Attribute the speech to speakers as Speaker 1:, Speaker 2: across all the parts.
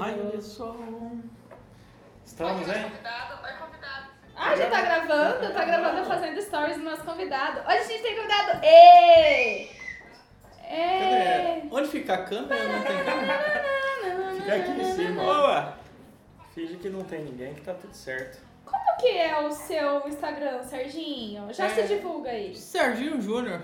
Speaker 1: Ai, olha só. Estamos,
Speaker 2: Oi,
Speaker 3: Né?
Speaker 1: hein?
Speaker 2: convidado, oi, convidado.
Speaker 4: Ah, já tá gravando? Tá gravando eu fazendo stories do nosso convidado. Hoje a gente tem convidado. Ei! Ei!
Speaker 1: Cadê? É. Onde fica a câmera? Não tem câmera?
Speaker 4: Fica
Speaker 1: Fica aqui em cima. Boa! Finge que não tem ninguém, que tá tudo certo.
Speaker 4: Como que é o seu Instagram, Serginho? Já
Speaker 1: É.
Speaker 4: se divulga aí.
Speaker 3: Serginho Júnior.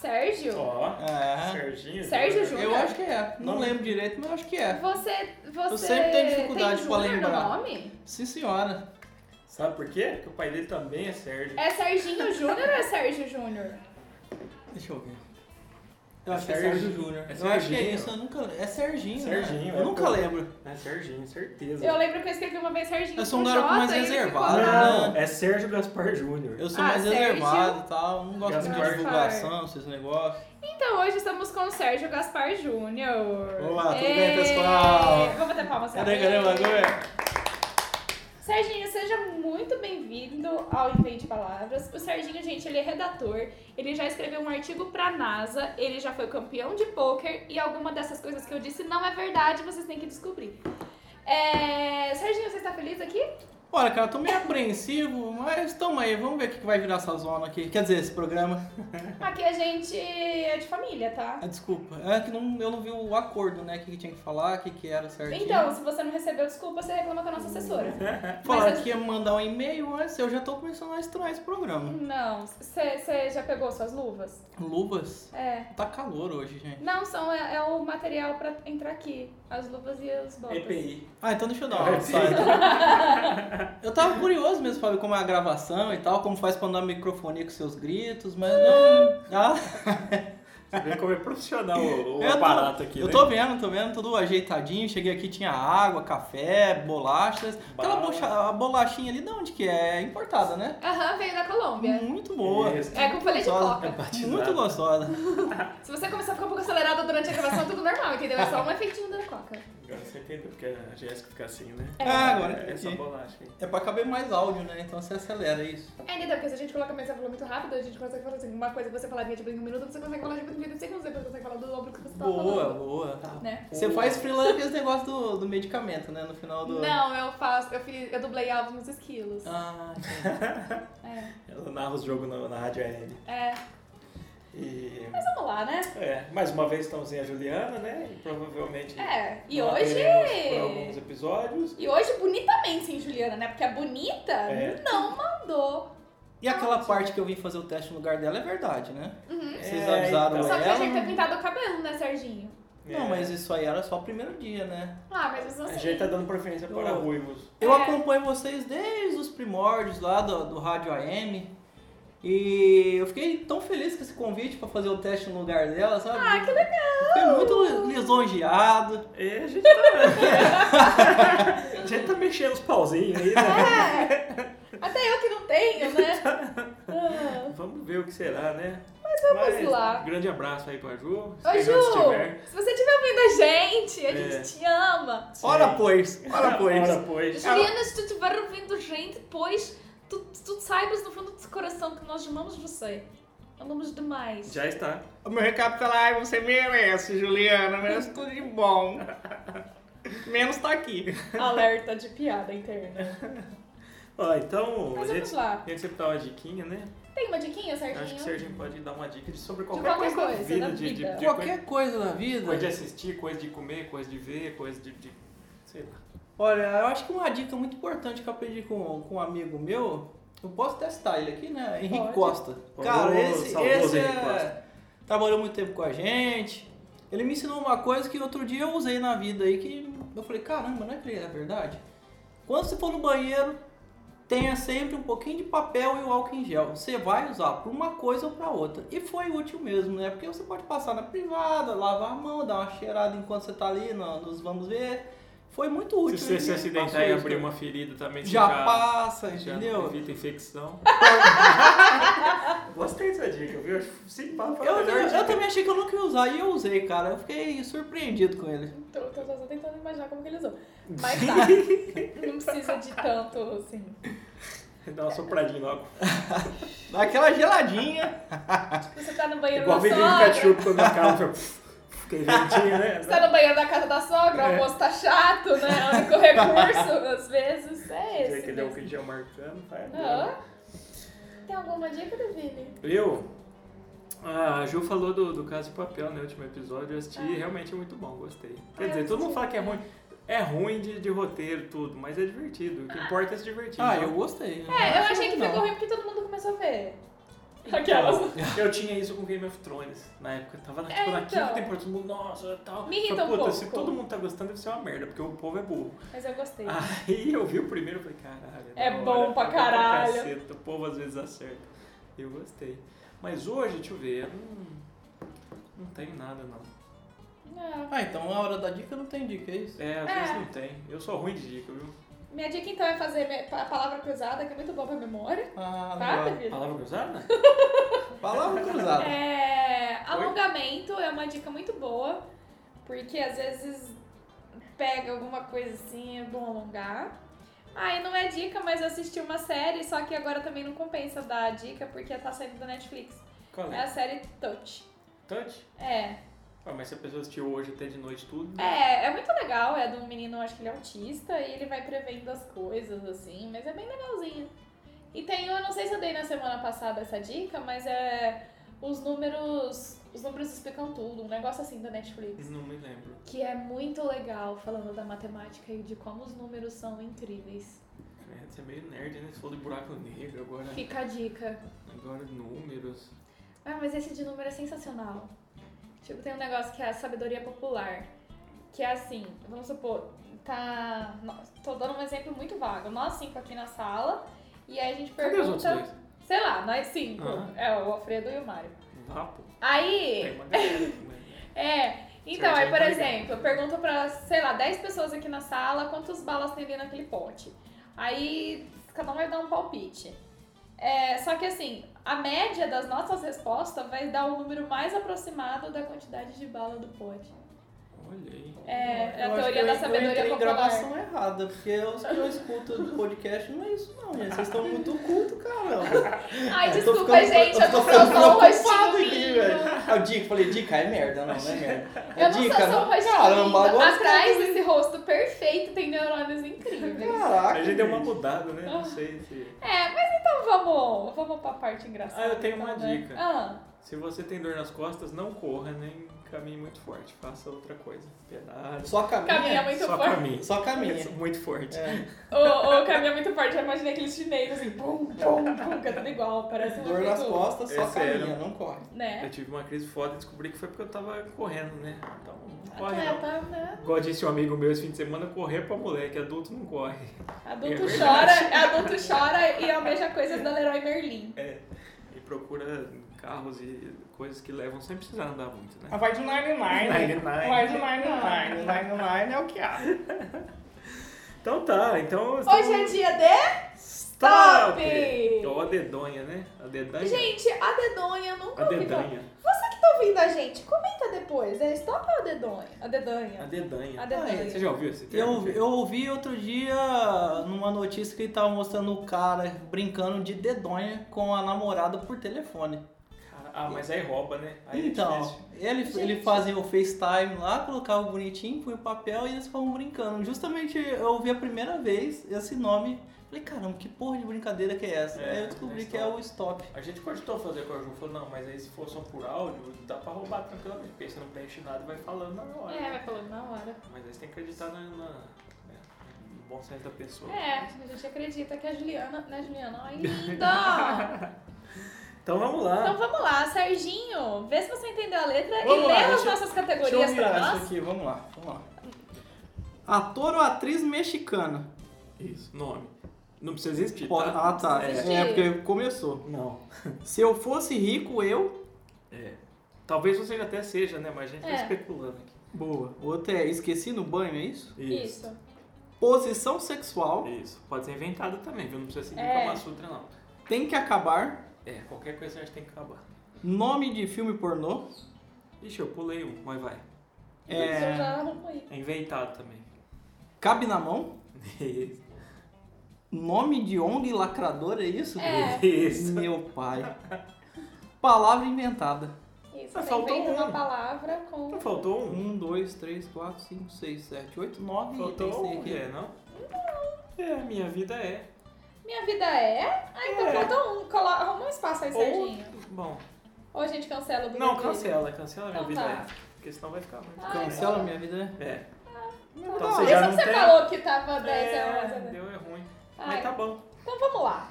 Speaker 4: Sérgio?
Speaker 1: Ó,
Speaker 3: É.
Speaker 1: Serginho.
Speaker 4: Sérgio
Speaker 1: Júnior.
Speaker 4: Júnior?
Speaker 3: Eu acho que é. Não
Speaker 1: Não.
Speaker 3: lembro direito, mas acho que é.
Speaker 4: Você, você
Speaker 3: sempre tenho dificuldade
Speaker 4: tem
Speaker 3: pra
Speaker 4: Júnior
Speaker 3: lembrar.
Speaker 4: No nome?
Speaker 3: Sim, senhora.
Speaker 1: Sabe por quê? Porque o pai dele também é Sérgio.
Speaker 4: É Serginho Júnior ou é Sérgio Júnior?
Speaker 3: Deixa eu ver. Eu
Speaker 1: É
Speaker 3: acho que é
Speaker 1: Serginho.
Speaker 3: Sérgio Júnior.
Speaker 1: É
Speaker 3: eu acho que é
Speaker 1: Serginho.
Speaker 3: isso, eu nunca É Serginho. né?
Speaker 1: Serginho, é
Speaker 3: Eu nunca
Speaker 1: pelo-
Speaker 3: lembro.
Speaker 1: É Serginho, certeza.
Speaker 4: Eu lembro que eu escrevi uma vez Serginho
Speaker 3: Eu sou um
Speaker 4: com
Speaker 3: garoto
Speaker 4: J,
Speaker 3: mais
Speaker 4: e ele ficou
Speaker 3: reservado, né?
Speaker 4: lá.
Speaker 1: Não, é Sérgio Gaspar Júnior.
Speaker 3: Eu sou
Speaker 4: Ah,
Speaker 3: mais
Speaker 4: Sérgio.
Speaker 3: reservado e tal. Não gosto muito de
Speaker 1: Gaspar.
Speaker 3: divulgação, esses negócios.
Speaker 4: Então hoje estamos com o Sérgio Gaspar Júnior.
Speaker 3: Olá, tudo bem,
Speaker 4: Ê!
Speaker 3: pessoal?
Speaker 4: Vamos bater palmas pra
Speaker 3: Cadê,
Speaker 4: ele.
Speaker 3: cadê o bagulho?
Speaker 4: Serginho, seja muito bem-vindo ao Invente Palavras. O Serginho, gente, ele é redator, ele já escreveu um artigo pra NASA, ele já foi campeão de pôquer e alguma dessas coisas que eu disse não é verdade, vocês têm que descobrir. É... Serginho, você está feliz aqui?
Speaker 3: Olha, cara, eu tô meio apreensivo, mas tamo aí. Vamos ver o que que vai virar essa zona aqui. Quer dizer, esse programa.
Speaker 4: Aqui a gente é de família, tá?
Speaker 3: Ah, desculpa. É que não, eu não vi o acordo, né? O que, que tinha que falar, o que, que era certinho.
Speaker 4: Então, se você não recebeu desculpa, você reclama com a nossa assessora.
Speaker 3: É? Falaram
Speaker 4: Mas-
Speaker 3: que ia mandar um e-mail antes, eu já tô começando a estranhar esse programa.
Speaker 4: Não, você já pegou suas luvas?
Speaker 3: Luvas?
Speaker 4: É.
Speaker 3: Tá calor hoje, gente.
Speaker 4: Não, são, é, é o material pra entrar aqui. As luvas e os botas.
Speaker 1: EPI.
Speaker 3: Ah, então deixa eu dar uma outside. Eu tava curioso mesmo, Fábio, como é a gravação e tal, como faz pra andar microfonia com seus gritos, mas não. Ah,
Speaker 1: Você vê como é profissional o, o
Speaker 3: eu tô-
Speaker 1: aparato aqui,
Speaker 3: Eu
Speaker 1: né?
Speaker 3: tô vendo, tô vendo, tudo ajeitadinho. Cheguei aqui, tinha água, café, bolachas. Aquela
Speaker 1: Bala.
Speaker 3: bocha- a bolachinha ali, de onde que é? É Importada, né?
Speaker 4: Aham, veio da Colômbia.
Speaker 3: Muito boa.
Speaker 1: Isso.
Speaker 4: É com folha de
Speaker 3: Gostosa.
Speaker 4: coca.
Speaker 3: Muito gostosa. é.
Speaker 4: Se você começar a ficar um pouco acelerada durante a gravação, é tudo normal, entendeu? É só um efeitinho da coca.
Speaker 1: Agora você entendeu porque a Jéssica fica assim, né?
Speaker 3: Ah, agora
Speaker 1: É essa
Speaker 3: entendi.
Speaker 1: bolacha aí.
Speaker 3: É pra caber mais áudio, né? Então você acelera isso.
Speaker 4: É, entendeu? Porque se a gente coloca mais a volume muito rápido, a gente consegue falar assim, uma coisa que você falaria tipo, em um minuto, você consegue falar tipo, em 30 segundos, depois você consegue falar do dobro que você tá
Speaker 3: Boa,
Speaker 4: falando.
Speaker 3: boa.
Speaker 4: Né?
Speaker 3: Você faz freelance aqueles negócios do, do medicamento, né? No final do.
Speaker 4: Não, eu faço, eu, fiz, eu dublei alvos nos esquilos.
Speaker 3: Ah,
Speaker 4: É,
Speaker 1: Ela narra os jogos na, na Rádio AM.
Speaker 4: é.
Speaker 1: E.
Speaker 4: Mas vamos lá, né?
Speaker 1: É, mais uma vez estamos sem a Juliana, né? E provavelmente.
Speaker 4: É. E
Speaker 1: não a
Speaker 4: hoje.
Speaker 1: teremos Por alguns episódios.
Speaker 4: E hoje, bonitamente, sim, Juliana, né? Porque a bonita
Speaker 1: É.
Speaker 4: não mandou.
Speaker 3: e aquela parte que eu vim fazer o teste no lugar dela é verdade, né?
Speaker 4: Hum?
Speaker 3: Vocês
Speaker 1: É,
Speaker 3: avisaram
Speaker 1: então.
Speaker 4: Só que a
Speaker 3: ela.
Speaker 4: gente ter pintado o cabelo, né, Serginho?
Speaker 1: É.
Speaker 3: Não, mas isso aí era só o primeiro dia, né?
Speaker 4: Ah, mas vocês não
Speaker 1: A
Speaker 4: sei.
Speaker 1: gente tá dando preferência para
Speaker 3: Eu-
Speaker 1: ruivos.
Speaker 3: Eu
Speaker 4: É.
Speaker 3: acompanho vocês desde os primórdios lá do, do Rádio AM. E eu fiquei tão feliz com esse convite pra fazer o teste no lugar dela, sabe?
Speaker 4: Ah, que legal!
Speaker 3: Fiquei muito lisonjeado.
Speaker 1: É, a gente tá. a gente tá mexendo os pauzinhos aí, né?
Speaker 4: É. Até eu que não tenho, né? Ah.
Speaker 1: Vamos ver o que será, né?
Speaker 4: Mas vamos lá.
Speaker 1: Um grande abraço aí pra Ju. se
Speaker 4: Ô,
Speaker 1: que Ju estiver.
Speaker 4: Ju, se você estiver ouvindo a gente, a
Speaker 1: É.
Speaker 4: gente te ama.
Speaker 3: Ora, pois! Ora, pois!
Speaker 1: Ora, pois.
Speaker 4: Juliana, se tu estiver ouvindo a gente, pois tu, tu saibas no fundo do teu coração que nós amamos você. Amamos demais.
Speaker 1: Já está.
Speaker 3: O meu recado tá lá, "Ai, você merece, Juliana, merece tudo de bom. Menos tá aqui.
Speaker 4: Alerta de piada interna.
Speaker 1: Ó, então,
Speaker 4: Mas
Speaker 1: a
Speaker 4: vamos
Speaker 1: gente,
Speaker 4: lá.
Speaker 1: a gente sempre dá uma diquinha, né?
Speaker 4: Tem uma diquinha,
Speaker 1: Eu Acho que o
Speaker 4: Serginho?
Speaker 1: Serginho pode dar uma dica de sobre qualquer,
Speaker 4: qualquer
Speaker 1: coisa,
Speaker 4: coisa,
Speaker 1: da vida.
Speaker 4: da
Speaker 1: de, de-
Speaker 4: vida.
Speaker 1: de
Speaker 3: Qualquer coisa na vida.
Speaker 1: Coisa de assistir, coisa de comer, coisa de ver, coisa de. de- sei lá.
Speaker 3: Olha, eu acho que uma dica muito importante que eu aprendi com, com um amigo meu, eu posso testar ele aqui, né? Henrique
Speaker 4: Pode.
Speaker 3: Costa.
Speaker 1: Ô,
Speaker 3: Cara, esse,
Speaker 1: saudoso
Speaker 3: esse
Speaker 1: Henrique
Speaker 3: é...
Speaker 1: Costa.
Speaker 3: trabalhou muito tempo com a gente. Ele me ensinou uma coisa que outro dia eu usei na vida aí que eu falei, caramba, não é que é verdade? Quando você for no banheiro, tenha sempre um pouquinho de papel e o álcool em gel. Você vai usar para uma coisa ou para outra. E foi útil mesmo, né? Porque você pode passar na privada, lavar a mão, dar uma cheirada enquanto você tá ali, no- nos vamos ver. Foi muito útil.
Speaker 1: Se você
Speaker 3: hein?
Speaker 1: se acidentar
Speaker 3: Passou
Speaker 1: e
Speaker 3: isso.
Speaker 1: abrir uma ferida também, você
Speaker 3: Já,
Speaker 1: já
Speaker 3: passa,
Speaker 1: já
Speaker 3: entendeu?
Speaker 1: evita infecção.
Speaker 5: Gostei dessa dica, viu? Acho que Sim, pá,
Speaker 3: Eu,
Speaker 5: foi a
Speaker 3: eu,
Speaker 5: melhor
Speaker 3: eu
Speaker 5: dica.
Speaker 3: também achei que eu nunca ia usar e eu usei, cara. Eu fiquei surpreendido com ele.
Speaker 4: Tô, tô, tô só tentando imaginar como que ele usou. Mas tá. Não precisa de tanto, assim.
Speaker 5: Dá uma sopradinha logo.
Speaker 3: Dá aquela geladinha.
Speaker 4: Você tá no banheiro
Speaker 5: Igual
Speaker 4: da
Speaker 5: vender
Speaker 1: um
Speaker 5: de
Speaker 4: sogra.
Speaker 5: ketchup né? quando acaba. Fiquei ventinha, né?
Speaker 4: Você tá no banheiro da casa da sogra, o
Speaker 5: É.
Speaker 4: almoço tá chato, né? O único recurso, às vezes, é
Speaker 5: Dizer
Speaker 4: esse.
Speaker 5: que um deu
Speaker 4: mesmo.
Speaker 5: o que já marcando,
Speaker 1: tá?
Speaker 5: vai.
Speaker 4: Ah. Tem alguma dica, Devine?
Speaker 1: Eu? Ah, a Ju falou do, do caso de papel né, no último episódio, eu assisti e realmente é muito bom, gostei.
Speaker 4: Ah,
Speaker 1: Quer
Speaker 4: eu
Speaker 1: dizer, todo
Speaker 4: assisti
Speaker 1: mundo fala que é
Speaker 4: também.
Speaker 1: ruim. É ruim de, de roteiro, tudo, mas é divertido. O que importa é se divertir.
Speaker 3: Ah,
Speaker 1: Então,
Speaker 3: eu gostei.
Speaker 4: É, eu
Speaker 3: acho
Speaker 4: achei que
Speaker 3: não.
Speaker 4: ficou ruim porque todo mundo começou a ver.
Speaker 5: Então.
Speaker 4: Aquelas.
Speaker 1: Eu tinha isso com Game of Thrones na época. Tava tipo,
Speaker 4: É,
Speaker 1: na
Speaker 4: então.
Speaker 1: quinta temporada, todo mundo, nossa, tal.
Speaker 4: Me irrita
Speaker 1: Falei,
Speaker 4: um
Speaker 1: Puta,
Speaker 4: pouco.
Speaker 1: se todo mundo tá gostando, deve ser uma merda, porque o povo é burro.
Speaker 4: Mas eu gostei.
Speaker 5: Ah.
Speaker 1: Aí eu vi o primeiro e falei, caralho.
Speaker 4: É
Speaker 1: da hora,
Speaker 4: bom pra
Speaker 1: é
Speaker 4: caralho.
Speaker 1: caceta, o povo às vezes acerta. Eu gostei. Mas hoje, deixa eu ver, eu não, não tenho nada não.
Speaker 4: Não.
Speaker 3: Ah, então a hora da dica não tem dica, é isso?
Speaker 1: É, às
Speaker 4: É.
Speaker 1: vezes não tem. Eu sou ruim de dica, viu?
Speaker 4: Minha dica então é fazer me- pa- palavra cruzada, que é muito bom pra memória.
Speaker 3: Ah,
Speaker 4: Tá,
Speaker 3: legal.
Speaker 4: Devine?
Speaker 1: Palavra cruzada?
Speaker 3: Palavra cruzada.
Speaker 4: É, alongamento é uma dica muito boa, porque às vezes pega alguma coisa assim, é bom alongar. Aí não é dica, mas eu assisti uma série, só que agora também não compensa dar a dica, porque tá saindo da Netflix.
Speaker 1: Qual
Speaker 4: É
Speaker 1: é?
Speaker 4: a série Touch.
Speaker 1: Touch?
Speaker 4: É,
Speaker 1: Ah, mas se a pessoa assistiu hoje até de noite tudo. né?
Speaker 4: é, é muito legal, é de um menino, acho que ele é autista, e ele vai prevendo as coisas, assim, mas é bem legalzinho. E tem, um, eu não sei se eu dei na semana passada essa dica, mas é os números, os números explicam tudo, um negócio assim da Netflix.
Speaker 1: Não me lembro.
Speaker 4: Que é muito legal falando da matemática e de como os números são incríveis.
Speaker 1: É, você é meio nerd, né? Você falou de buraco negro, agora,
Speaker 4: Fica a dica.
Speaker 1: agora números.
Speaker 4: Ah, mas esse de número é sensacional. Tipo, tem um negócio que é a sabedoria popular. Que é assim, vamos supor, tá. nós- Tô dando um exemplo muito vago. Nós cinco aqui na sala, e aí a gente
Speaker 1: Cadê os outros
Speaker 4: pergunta.
Speaker 1: dois?
Speaker 4: Sei lá, nós cinco.
Speaker 1: Ah.
Speaker 4: É, o Alfredo e o Mário.
Speaker 1: Vapo?
Speaker 4: Aí.
Speaker 1: Tem uma galera aqui, né?
Speaker 4: É. Então,
Speaker 1: Certo,
Speaker 4: aí, por
Speaker 1: tá ligado.
Speaker 4: exemplo, eu pergunto pra, sei lá, 10 pessoas aqui na sala quantas balas tem dentro daquele pote. Aí cada um vai dar um palpite. É, só que assim, a média das nossas respostas vai dar o número mais aproximado da quantidade de bala do pote.
Speaker 1: Olha aí.
Speaker 4: É, é
Speaker 3: Eu
Speaker 4: a
Speaker 3: acho
Speaker 4: teoria
Speaker 3: que
Speaker 4: da
Speaker 3: eu- eu
Speaker 4: sabedoria
Speaker 3: entrei em
Speaker 4: popular.
Speaker 3: gravação errada, porque é os que eu escuto do podcast não é isso não, gente. Vocês estão muito culto, caramba.
Speaker 4: Ai,
Speaker 3: Eu É, tô
Speaker 4: desculpa,
Speaker 3: ficando-
Speaker 4: gente, eu tô
Speaker 3: ficando
Speaker 4: só um
Speaker 3: preocupado
Speaker 4: rostinho
Speaker 3: aqui,
Speaker 4: lindo.
Speaker 3: velho. Ah, o Dica, falei, Dica, é merda, não, não é merda. É
Speaker 4: Eu não
Speaker 3: dica,
Speaker 4: sou só um
Speaker 3: não? é
Speaker 4: rostinho
Speaker 3: Caramba,
Speaker 4: lindo.
Speaker 3: agora os
Speaker 4: Atrás
Speaker 3: caras-
Speaker 4: desse rosto perfeito tem neurônios incríveis.
Speaker 3: Caraca.
Speaker 1: A gente deu uma
Speaker 3: gente.
Speaker 1: mudada, né? Não sei se.
Speaker 4: É, mas então vamos, vamos pra parte engraçada.
Speaker 1: Ah, eu tenho
Speaker 4: então,
Speaker 1: uma
Speaker 4: né?
Speaker 1: dica.
Speaker 4: Ah.
Speaker 1: Se você tem dor nas costas, não corra nem caminhe muito forte. Faça outra coisa. Pedale.
Speaker 3: Só caminha.
Speaker 4: Caminha muito
Speaker 1: É, Só
Speaker 4: forte.
Speaker 1: caminhe.
Speaker 3: Só caminha.
Speaker 1: Muito forte.
Speaker 3: É,
Speaker 4: Ou, ou caminha muito forte, eu imaginei aqueles chinês assim, pum, pum, pum, cantando igual, parece um
Speaker 3: é dor nas
Speaker 4: amigo,
Speaker 3: costas, só
Speaker 1: É sério.
Speaker 3: caminha, não corre.
Speaker 1: Eu
Speaker 4: Né?
Speaker 1: tive uma crise foda e descobri que foi porque eu tava correndo, né? Então não
Speaker 4: tipo
Speaker 1: corre não.
Speaker 4: É Atleta, né?
Speaker 1: Igual disse um amigo meu esse fim de semana, correr pra moleque, adulto não corre.
Speaker 4: Adulto
Speaker 1: É verdade.
Speaker 4: chora, adulto chora e almeja coisas da Leroy Merlin.
Speaker 1: E procura carros e coisas que levam sem precisar andar muito, né?
Speaker 3: Ah, vai de 99.
Speaker 1: Vai de
Speaker 4: Ah.
Speaker 3: 99. 99 é o que há.
Speaker 1: Então tá, então...
Speaker 4: Hoje é dia de...
Speaker 1: Stop!
Speaker 4: Stop!
Speaker 1: Ou a dedonha, né? A dedanha.
Speaker 4: Gente, a dedonha eu nunca
Speaker 1: a
Speaker 4: ouvi
Speaker 1: dedanha.
Speaker 4: falar. Você que tá ouvindo a gente, comenta depois. É stop ou a dedonha? A dedanha.
Speaker 1: A dedanha.
Speaker 4: A dedanha.
Speaker 1: Você já ouviu esse termo?
Speaker 3: Eu, eu ouvi outro dia numa notícia que tava mostrando o cara brincando de dedonha com a namorada por telefone.
Speaker 1: Cara, Ah, mas aí rouba, né? Aí é
Speaker 3: Então,
Speaker 1: difícil.
Speaker 3: ele, ele
Speaker 4: Gente.
Speaker 3: fazia o FaceTime lá, colocava bonitinho, põe o papel e eles ficavam brincando. Justamente eu ouvi a primeira vez esse nome. Falei, caramba, que porra de brincadeira que é essa?
Speaker 1: É,
Speaker 3: Aí eu descobri
Speaker 1: é
Speaker 3: que é o stop.
Speaker 1: A gente cogitou fazer com a Ju, falou, não, mas aí se for só por áudio, dá pra roubar tranquilamente, porque você não preenche nada e vai falando na hora.
Speaker 4: É, vai falando na hora.
Speaker 1: Mas aí você tem que acreditar na, na- né, no bom senso da pessoa.
Speaker 4: É, a gente acredita que a Juliana, né, Juliana? Ai, linda!
Speaker 1: Então vamos lá.
Speaker 4: Então vamos lá, Serginho, vê se você entendeu a letra
Speaker 3: Vamos
Speaker 4: e
Speaker 3: lá,
Speaker 4: lê as
Speaker 3: deixa eu-
Speaker 4: nossas
Speaker 3: Deixa eu
Speaker 4: categorias pra
Speaker 3: virar isso
Speaker 4: nós.
Speaker 3: aqui, vamos lá, vamos lá. Ator ou atriz mexicana?
Speaker 1: Isso. Nome. Não precisa existir.
Speaker 3: Pode-
Speaker 1: Tá?
Speaker 3: Ah, tá. É, é, porque começou.
Speaker 1: Não.
Speaker 3: Se eu fosse rico, eu.
Speaker 1: É. Talvez você já até seja, né? Mas a gente tá
Speaker 4: É.
Speaker 1: especulando aqui.
Speaker 3: Boa. O outro é esqueci no banho, é isso?
Speaker 4: Isso.
Speaker 3: Posição sexual
Speaker 1: Isso. Pode ser inventado também, viu? Não precisa seguir
Speaker 4: É.
Speaker 1: Kama Sutra, não.
Speaker 3: tem que acabar.
Speaker 1: É, qualquer coisa a gente tem que acabar.
Speaker 3: Nome de filme pornô.
Speaker 1: Ixi, eu pulei um, mas vai.
Speaker 4: Isso eu
Speaker 3: É,
Speaker 4: já arrumo aí.
Speaker 1: É inventado também.
Speaker 3: cabe na mão.
Speaker 1: Isso.
Speaker 3: Nome de ONG lacrador, é isso?
Speaker 4: É.
Speaker 1: Isso.
Speaker 3: Meu pai. Palavra inventada.
Speaker 4: Isso,
Speaker 1: Mas
Speaker 4: você
Speaker 1: faltou
Speaker 4: inventa
Speaker 1: um.
Speaker 4: uma palavra com.
Speaker 1: Não faltou um?
Speaker 3: Um, dois, três, quatro, cinco, seis, sete, oito, nove.
Speaker 1: Faltou
Speaker 3: tem
Speaker 1: um,
Speaker 3: que ser
Speaker 1: é,
Speaker 3: aqui.
Speaker 1: não? É, minha vida é.
Speaker 4: Minha vida é? Ah, então
Speaker 1: É.
Speaker 4: faltou um. Colo... Arruma um espaço aí, Serginho.
Speaker 1: Ou... Bom,
Speaker 4: Ou a gente cancela o
Speaker 1: não,
Speaker 4: bilhete.
Speaker 1: cancela, cancela minha
Speaker 4: Então
Speaker 1: vida
Speaker 4: tá.
Speaker 1: é. Porque senão vai ficar muito.
Speaker 4: Ah, tá
Speaker 3: Cancela minha vida. né?
Speaker 1: É.
Speaker 4: Então,
Speaker 1: Então
Speaker 4: tá.
Speaker 1: você
Speaker 4: Por
Speaker 1: já
Speaker 4: isso que
Speaker 1: não
Speaker 4: você
Speaker 1: tem-
Speaker 4: falou que tava 10 euros.
Speaker 1: É,
Speaker 4: né?
Speaker 1: deu é ruim.
Speaker 4: Ai,
Speaker 1: Mas tá bom.
Speaker 4: Então vamos lá.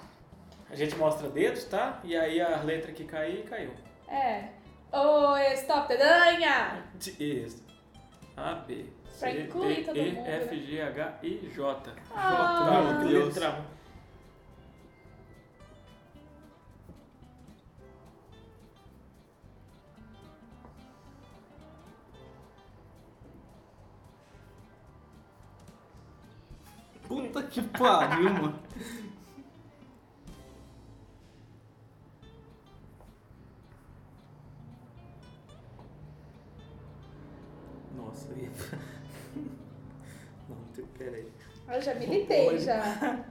Speaker 1: A gente mostra dedos, tá? E aí a letra que cair, caiu.
Speaker 4: É. Oi, stop the danha!
Speaker 1: Isso. A, B,
Speaker 4: Pra
Speaker 1: C, D,
Speaker 4: incluir todo
Speaker 1: E,
Speaker 4: mundo, né?
Speaker 1: F, G, H, I, J.
Speaker 4: Ah.
Speaker 1: J,
Speaker 3: Meu Deus.
Speaker 1: letra um.
Speaker 3: Puta que pariu, mano.
Speaker 1: Nossa, e... Não, tem- peraí.
Speaker 4: Eu já militei
Speaker 1: pode.
Speaker 4: já.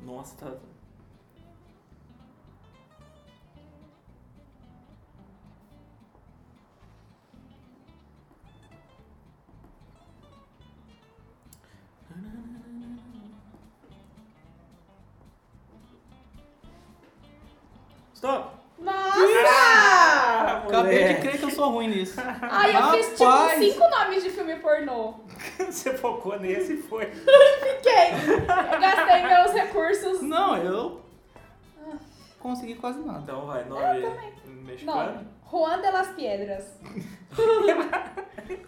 Speaker 1: Nossa, tá. Stop!
Speaker 4: Nossa!
Speaker 3: Acabei de crer que eu sou ruim nisso.
Speaker 4: Ai, eu fiz
Speaker 3: Rapaz!
Speaker 4: tipo cinco nomes de filme pornô.
Speaker 1: crer. Você focou nesse e foi.
Speaker 4: Fiquei. Eu gastei meus recursos.
Speaker 3: Não, eu consegui quase nada.
Speaker 1: Então vai, nome mexicano.
Speaker 4: Não. Juan de las Piedras.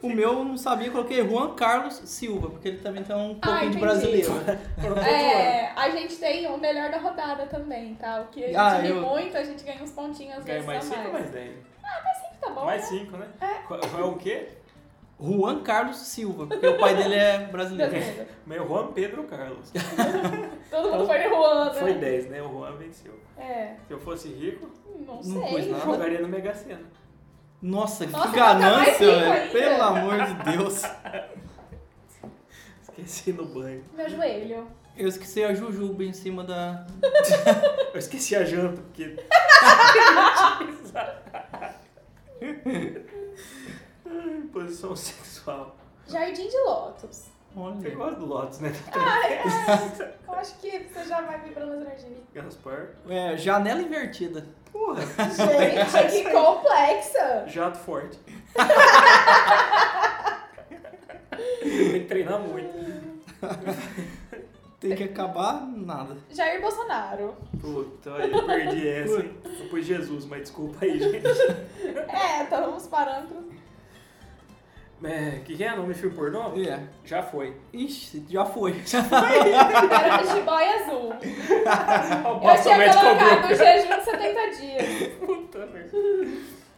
Speaker 3: O meu eu não sabia, coloquei Juan Carlos Silva, porque ele também tem um pouquinho de
Speaker 4: entendi.
Speaker 3: brasileiro.
Speaker 1: um
Speaker 4: É, a gente tem o melhor da rodada também, tá? O que a gente
Speaker 3: Ah,
Speaker 4: ri
Speaker 3: eu-
Speaker 4: muito, a gente ganha uns pontinhos às
Speaker 1: Ganha
Speaker 4: vezes
Speaker 1: mais
Speaker 4: a
Speaker 1: 5 ou
Speaker 4: mais.
Speaker 1: mais 10?
Speaker 4: Tá bom,
Speaker 1: Mais
Speaker 4: né?
Speaker 1: 5, né? Qual qual é o quê?
Speaker 3: Juan Carlos Silva, porque o pai dele é
Speaker 1: né?
Speaker 3: brasileiro.
Speaker 4: Beleza.
Speaker 1: Meu Juan Pedro Carlos.
Speaker 4: Todo mundo foi Juan, né?
Speaker 1: Então, Foi 10, né? O Juan venceu.
Speaker 4: É,
Speaker 1: Se eu fosse rico,
Speaker 4: não sei.
Speaker 3: Não pus nada.
Speaker 1: jogaria no Mega Sena.
Speaker 3: Nossa, que
Speaker 4: Nossa,
Speaker 3: ganância,
Speaker 4: tá mais rico
Speaker 3: velho.
Speaker 4: ainda.
Speaker 3: Pelo amor de Deus.
Speaker 1: Esqueci no banho.
Speaker 4: Meu joelho.
Speaker 3: Eu esqueci a Jujuba em cima da.
Speaker 1: Eu esqueci a janta, porque. Ai, Posição sexual.
Speaker 4: Jardim de Lótus.
Speaker 1: Você
Speaker 3: Olha.
Speaker 1: gosta do Lotus, né?
Speaker 4: Eu acho que você já vai vibrando as energias.
Speaker 1: Gaspar.
Speaker 3: É, janela invertida.
Speaker 1: Porra.
Speaker 4: Gente, que complexa!
Speaker 1: Jato forte. Tem que treinar muito.
Speaker 3: Tem que acabar nada.
Speaker 4: Jair Bolsonaro.
Speaker 1: Puta, olha, eu perdi essa. hein? Eu pus Jesus, mas desculpa aí, gente.
Speaker 4: É, tá uns parâmetros.
Speaker 1: É, que que é? Nome de filme pornô?
Speaker 3: É.
Speaker 1: Já foi.
Speaker 3: Ixi, já foi.
Speaker 4: Era jiboia azul. Eu
Speaker 1: Basta
Speaker 4: tinha
Speaker 1: médico
Speaker 4: colocado
Speaker 1: algum.
Speaker 4: o jejum de 70 dias.
Speaker 1: Puta merda.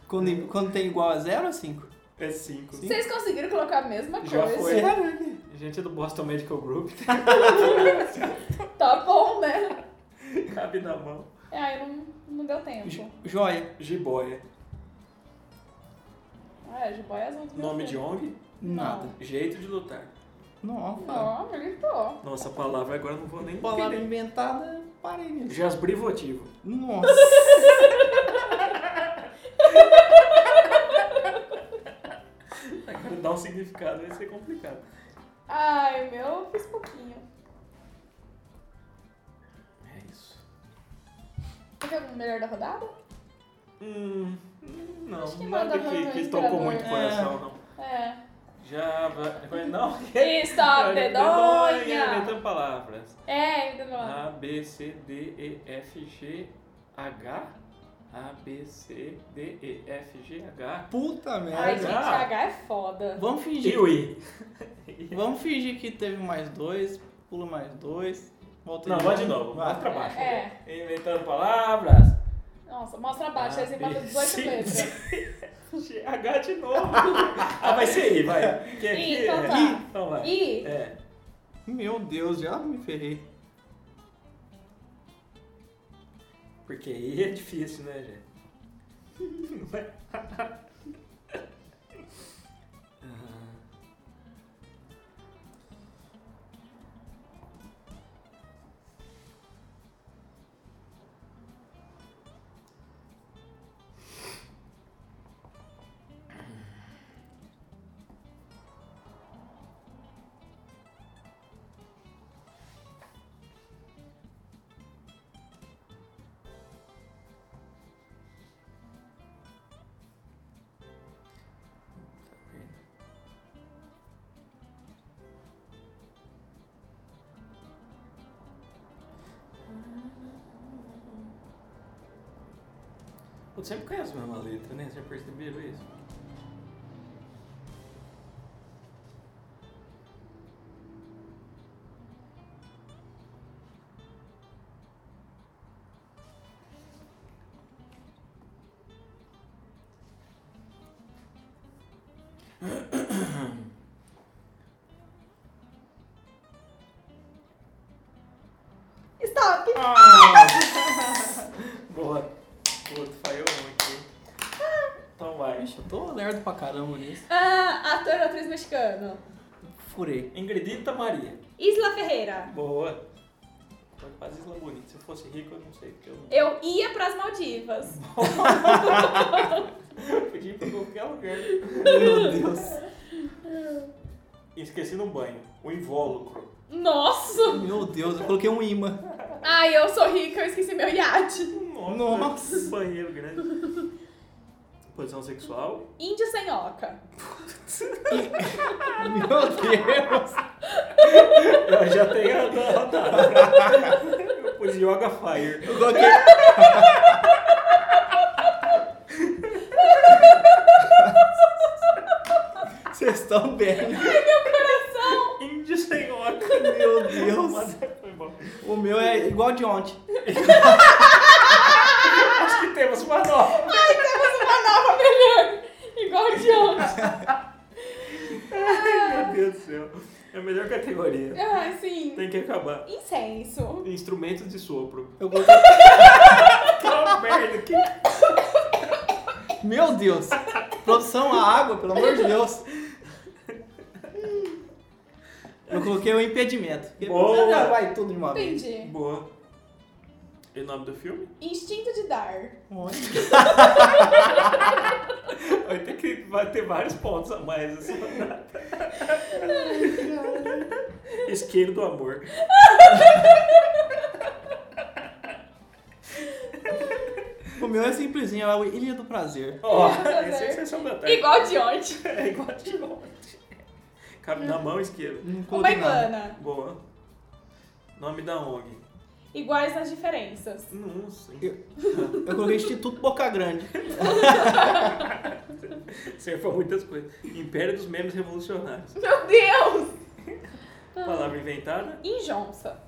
Speaker 3: quando, quando tem igual a zero ou cinco?
Speaker 1: É 5.
Speaker 4: Vocês conseguiram colocar a mesma
Speaker 1: Já
Speaker 4: coisa.
Speaker 1: foi.
Speaker 3: Sério?
Speaker 1: Gente é do Boston Medical Group,
Speaker 4: Tá bom, né?
Speaker 1: cabe na mão.
Speaker 4: É, aí não, não deu tempo.
Speaker 3: Joia.
Speaker 1: Jiboia.
Speaker 4: Ah, é, jiboia azul. também.
Speaker 1: Nome de ONG?
Speaker 3: Nada.
Speaker 1: Jeito de lutar.
Speaker 3: Nossa.
Speaker 4: Não, militou.
Speaker 1: Nossa, a palavra agora eu não vou nem
Speaker 3: Palavra
Speaker 1: entender.
Speaker 3: inventada, parei nisso.
Speaker 1: Jasbrivotivo.
Speaker 3: Nossa.
Speaker 1: Agora dar um significado vai ser complicado.
Speaker 4: Ai, o meu, eu fiz pouquinho.
Speaker 1: É isso.
Speaker 4: Teve algum melhor da rodada?
Speaker 1: Hum, hum, não,
Speaker 4: Acho que
Speaker 1: nada
Speaker 4: nada
Speaker 1: que,
Speaker 4: muito
Speaker 1: que tocou
Speaker 4: inspirador.
Speaker 1: muito o coração, não.
Speaker 4: É.
Speaker 1: Java. vai- Não,
Speaker 4: Stop the donha!
Speaker 1: Inventando palavras.
Speaker 4: É, ainda não.
Speaker 1: A, B, C, D, E, F, G, H. A, B, C, D, E, F, G, H.
Speaker 3: Puta
Speaker 4: Ai,
Speaker 3: merda.
Speaker 4: gente, H é foda.
Speaker 3: Vamos fingir.
Speaker 1: Kiwi.
Speaker 3: Vamos fingir que teve mais dois pula mais dois, volta
Speaker 1: Não, vai de novo. Vai
Speaker 3: Vai.
Speaker 1: pra baixo.
Speaker 4: É.
Speaker 1: Inventando palavras.
Speaker 4: Nossa, mostra abaixo,
Speaker 1: Ah,
Speaker 4: aí você fala 18
Speaker 1: sim.
Speaker 4: letras.
Speaker 1: H de novo. ah, vai ser I, vai. Que
Speaker 4: Ih,
Speaker 1: aqui
Speaker 4: então
Speaker 1: é
Speaker 4: tá.
Speaker 1: I, então vai.
Speaker 4: I.
Speaker 1: É.
Speaker 3: Meu Deus, já me ferrei.
Speaker 1: Porque I é difícil, né, gente? Eu sempre conheço a mesma letra, né? Vocês já perceberam isso?
Speaker 4: Stop!
Speaker 1: Ah. Boa. O outro falhou um aqui. Então vai.
Speaker 3: Vixe, eu tô lerdo pra caramba nisso.
Speaker 4: Ah, ator ou atriz mexicano.
Speaker 3: Furei.
Speaker 1: Ingridita Maria.
Speaker 4: Isla Ferreira.
Speaker 1: Boa. Foi quase Isla Bonita. Se eu fosse rico, eu não sei. Porque eu não
Speaker 4: Eu ia pras Maldivas.
Speaker 1: eu podia ir pra qualquer lugar.
Speaker 3: Meu Deus.
Speaker 1: E esqueci no banho. O invólucro.
Speaker 4: Nossa!
Speaker 3: Meu Deus, eu coloquei um imã.
Speaker 4: Ai, eu sou rica, eu esqueci meu iate.
Speaker 1: que
Speaker 3: Nossa.
Speaker 1: um Banheiro grande. Posição sexual.
Speaker 4: Índio sem oca.
Speaker 3: Meu Deus.
Speaker 1: Eu já tenho a rodada. Eu pus Yoga Fire.
Speaker 3: Eu coloquei... Vocês estão bem.
Speaker 1: Índio sem óculos.
Speaker 3: Meu Deus.
Speaker 1: Mas foi bom.
Speaker 3: O meu é igual de ontem.
Speaker 1: Acho que temos uma nova.
Speaker 4: Ai, temos uma nova melhor. Igual de ontem.
Speaker 1: Meu Deus do céu. É a melhor categoria.
Speaker 4: Ai, Ah, sim.
Speaker 1: Tem que acabar.
Speaker 4: Incenso.
Speaker 1: Instrumentos de sopro.
Speaker 3: Eu coloquei...
Speaker 1: Que merda, que
Speaker 3: Meu Deus. Produção a água, pelo amor de Deus. Eu coloquei o impedimento. Porque
Speaker 1: Boa.
Speaker 3: Já vai tudo de uma vez.
Speaker 4: Entendi.
Speaker 1: boa. E o nome do filme?
Speaker 4: Instinto de dar.
Speaker 3: Olha.
Speaker 1: Vai ter que vai ter vários pontos a mais assim. essa rodada. Isqueiro do amor.
Speaker 3: O meu é simplesinho, é o Ilha do Prazer.
Speaker 1: Ó,
Speaker 4: Prazer.
Speaker 1: essa é a sensação da tarde.
Speaker 4: Igual de ontem.
Speaker 1: É igual de longe. Cabe na mão isqueiro.
Speaker 3: Não
Speaker 4: Uma
Speaker 3: coloquei nada.
Speaker 4: iguana.
Speaker 1: Boa. Nome da ONG.
Speaker 4: Iguais nas diferenças.
Speaker 1: Nossa, hein?
Speaker 3: Eu coloquei Instituto Boca Grande.
Speaker 1: Serve pra muitas coisas. Império dos Memes Revolucionários.
Speaker 4: Meu Deus!
Speaker 1: Palavra inventada.
Speaker 4: Injonça.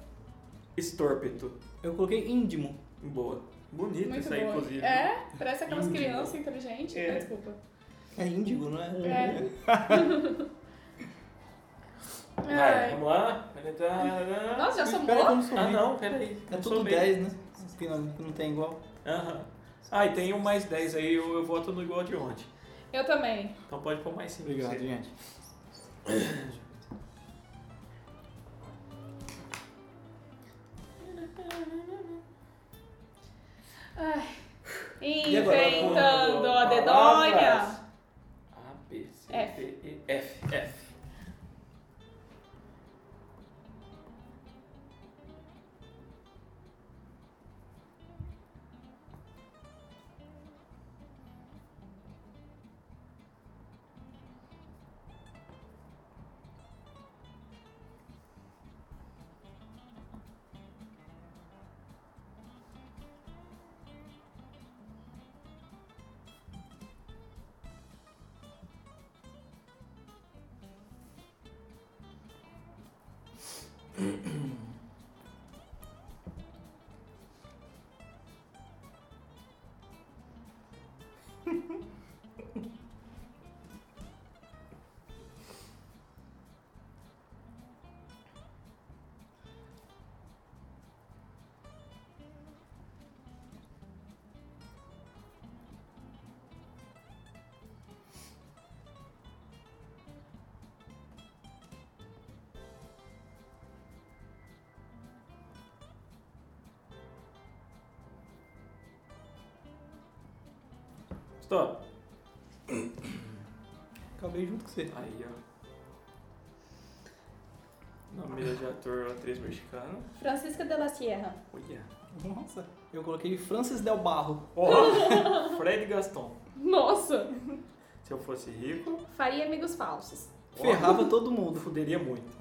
Speaker 1: Estórpito.
Speaker 3: Eu coloquei Índimo.
Speaker 1: Boa. Bonito
Speaker 4: Muito
Speaker 1: isso aí,
Speaker 4: boa.
Speaker 1: inclusive.
Speaker 4: É? Parece aquelas
Speaker 1: Índigo.
Speaker 4: crianças inteligentes.
Speaker 1: É.
Speaker 4: Ah, Desculpa.
Speaker 3: É índigo, não é?
Speaker 4: É.
Speaker 1: Vai,
Speaker 4: Ai.
Speaker 1: vamos lá. Ah,
Speaker 4: Nossa, já
Speaker 3: Pera que eu
Speaker 4: somou?
Speaker 3: não sou ruim.
Speaker 1: não, peraí.
Speaker 3: É
Speaker 1: Não
Speaker 3: tudo
Speaker 1: sou bem.
Speaker 3: 10, né? Que não, que não tem igual.
Speaker 1: Aham. Ah, e tem um mais 10 aí, eu, eu voto no igual de ontem.
Speaker 4: Eu também.
Speaker 1: Então pode pôr mais 5.
Speaker 3: Obrigado, gente.
Speaker 1: E agora,
Speaker 4: Inventando
Speaker 1: quando
Speaker 4: a dedonha.
Speaker 1: palavras- A, B, C,
Speaker 4: F.
Speaker 1: D, E, F. F. Stop.
Speaker 3: Acabei junto com você.
Speaker 1: Aí, ó. Nome de ator, atriz mexicana.
Speaker 4: Francisca de la Sierra.
Speaker 1: Olha.
Speaker 3: Nossa. Eu coloquei Francis Del Barro.
Speaker 1: Ó, Fred Gaston.
Speaker 4: Nossa!
Speaker 1: Se eu fosse rico,
Speaker 4: Faria amigos falsos.
Speaker 1: Ó.
Speaker 3: Ferrava todo mundo.
Speaker 1: fuderia muito.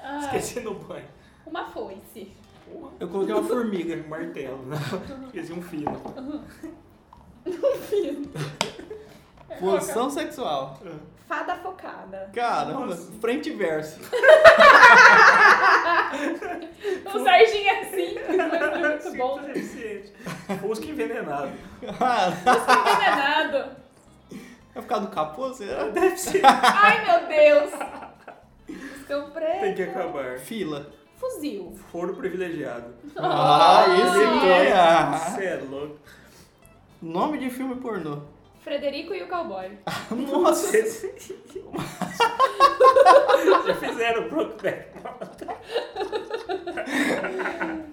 Speaker 4: Ah,
Speaker 1: Esqueci no banho.
Speaker 4: uma foice.
Speaker 1: Porra,
Speaker 3: Eu coloquei uma formiga.
Speaker 1: um martelo, né? Esqueci um fio.
Speaker 3: Posição sexual.
Speaker 4: Fada focada.
Speaker 3: Caramba, frente e verso.
Speaker 4: O Serginho é simples, mas foi muito bom.
Speaker 1: Fusca envenenado.
Speaker 3: Cara,
Speaker 4: Envenenado.
Speaker 3: Vai ficar no capô, será?
Speaker 1: Deve ser.
Speaker 4: Ai, meu Deus. Estou preso.
Speaker 1: Tem que acabar.
Speaker 3: Fila.
Speaker 4: Fuzil.
Speaker 1: Foro privilegiado.
Speaker 3: Ah, esse
Speaker 1: Você é louco.
Speaker 3: é. Nome de filme pornô.
Speaker 4: Frederico e o cowboy.
Speaker 3: Nossa.
Speaker 1: Já fizeram o Brokeback.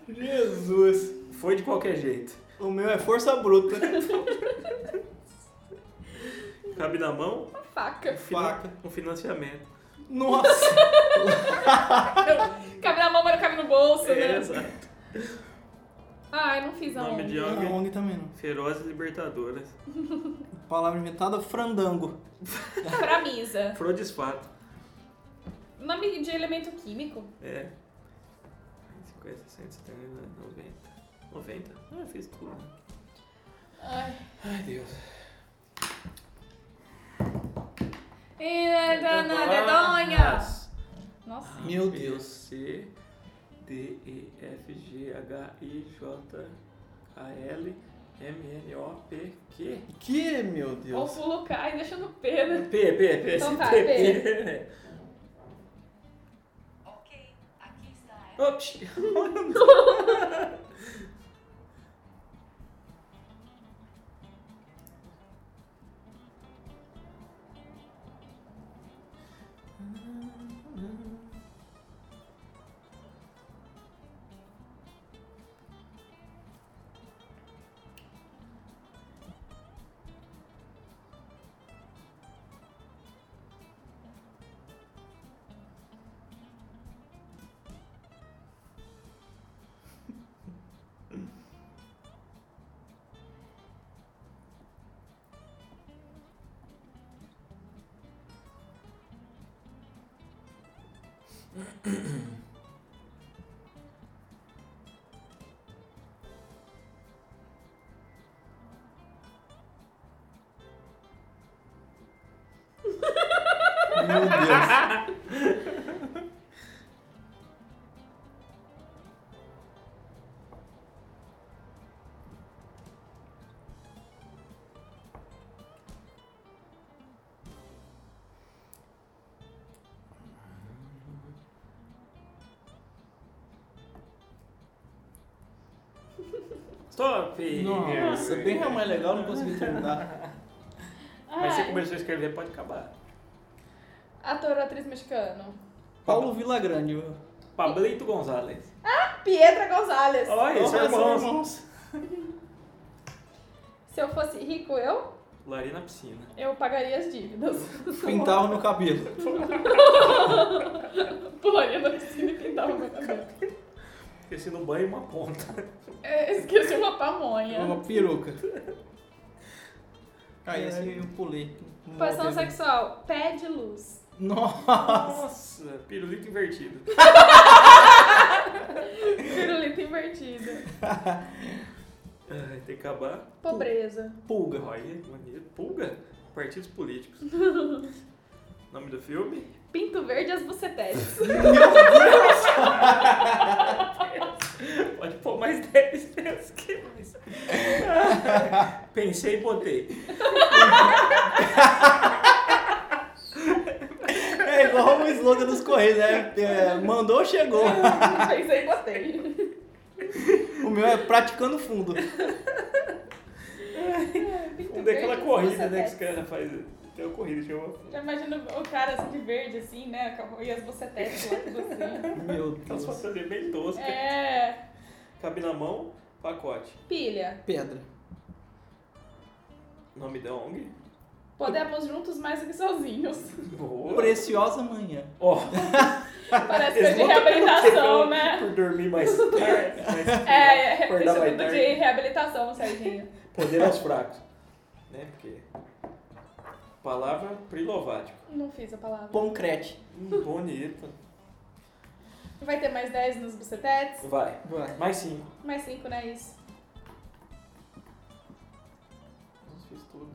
Speaker 3: Jesus.
Speaker 1: Foi de qualquer jeito.
Speaker 3: O meu é força bruta.
Speaker 1: Cabe na mão,
Speaker 4: Uma faca.
Speaker 3: Faca.
Speaker 1: um financiamento.
Speaker 3: Nossa.
Speaker 4: Cabe na mão, mas não cabe no bolso,
Speaker 1: É,
Speaker 4: né?
Speaker 1: exato.
Speaker 4: Ai, não fiz a
Speaker 1: Nome de
Speaker 4: onda.
Speaker 3: Não,
Speaker 1: ONG.
Speaker 3: ONG também não.
Speaker 1: Ferozes Libertadoras.
Speaker 3: Palavra inventada, frandango.
Speaker 4: Framisa.
Speaker 1: Frodisfato.
Speaker 4: Nome de elemento químico.
Speaker 1: É. 50, 170, 90. 90? Ah, eu fiz tudo.
Speaker 4: Ai.
Speaker 1: Ai, Deus.
Speaker 4: E a É dona Dedonha. Nossa.
Speaker 3: Meu Deus.
Speaker 1: C, D, E, F, G, H, I, J, A, L, M, N, O, P, Q.
Speaker 3: Que, meu
Speaker 4: Ou
Speaker 3: Deus.
Speaker 4: pulo cai, deixa no pena.
Speaker 1: P, P, P,
Speaker 4: Então
Speaker 1: esse
Speaker 4: tá,
Speaker 1: P,
Speaker 4: P.
Speaker 1: P.
Speaker 6: Ok, aqui está a
Speaker 1: Ops.
Speaker 3: Meu Deus.
Speaker 1: Stop.
Speaker 3: Nossa, bem é mais legal, não consegui terminar.
Speaker 1: Mas você
Speaker 4: Ai.
Speaker 1: começou a escrever, pode acabar.
Speaker 4: Ator ou atriz mexicano?
Speaker 3: Paulo Villagrande. viu?
Speaker 1: Pablito Gonzalez.
Speaker 4: Pietra Gonzalez.
Speaker 1: Olha, esse é
Speaker 3: Nossa,
Speaker 1: irmão.
Speaker 4: Se eu fosse rico, eu,
Speaker 1: Larina Piscina.
Speaker 4: eu pagaria as dívidas.
Speaker 3: Pintava no cabelo.
Speaker 4: Pularia na piscina e pintava o meu cabelo.
Speaker 1: Esqueci no banho uma ponta.
Speaker 4: É, Esqueci uma pamonha.
Speaker 3: Uma peruca. Ah, esse eu pulei.
Speaker 4: Posição
Speaker 3: Não,
Speaker 4: sexual, pé de luz.
Speaker 3: Nossa.
Speaker 1: Nossa, pirulito invertido.
Speaker 4: Pirulito invertido.
Speaker 1: Ai, tem que acabar.
Speaker 4: Pobreza.
Speaker 3: Pulga.
Speaker 1: Olha, que maneiro. Pulga? Partidos políticos. Nome do filme?
Speaker 4: Pinto verde as bucetetes.
Speaker 1: Pode pôr mais 10 menos que mais. Pensei e botei.
Speaker 3: É igual o slogan dos Correios, né? É, mandou, chegou.
Speaker 4: Pensei e botei.
Speaker 3: O meu é praticando fundo.
Speaker 4: É, Pinto
Speaker 1: Um daquela
Speaker 4: verde,
Speaker 1: corrida, né, que os
Speaker 4: bucetetes.
Speaker 1: caras fazem. Tem uma corrida, chama
Speaker 4: Já imagino o cara assim de verde, assim, né? com- E as bucetetes lá, tudo assim.
Speaker 3: Meu
Speaker 1: aquelas
Speaker 3: Deus.
Speaker 1: fantasias bem toscas.
Speaker 4: É.
Speaker 1: Cabe na mão, pacote.
Speaker 4: Pilha.
Speaker 3: Pedra.
Speaker 1: Nome da ONG?
Speaker 4: Podemos juntos mais do que sozinhos.
Speaker 1: Boa.
Speaker 3: Preciosa manhã.
Speaker 1: Ó,
Speaker 4: Parece
Speaker 1: Eles vão
Speaker 4: coisa de
Speaker 1: ter um
Speaker 4: reabilitação, né?
Speaker 5: Por dormir mais tarde. mas
Speaker 4: É,
Speaker 5: Acordar
Speaker 4: esse
Speaker 5: mais
Speaker 4: tipo
Speaker 5: tarde.
Speaker 4: de reabilitação, Serginho.
Speaker 5: Poder aos fracos.
Speaker 1: né? Porque. Palavra prilovático.
Speaker 4: Não fiz a palavra.
Speaker 3: Concrete.
Speaker 1: Hum, bonito.
Speaker 4: Vai ter mais 10 nos bucetetes?
Speaker 1: Vai.
Speaker 3: Vai.
Speaker 1: Mais cinco.
Speaker 4: Mais 5, né? Isso.
Speaker 1: Nossa, fiz tudo.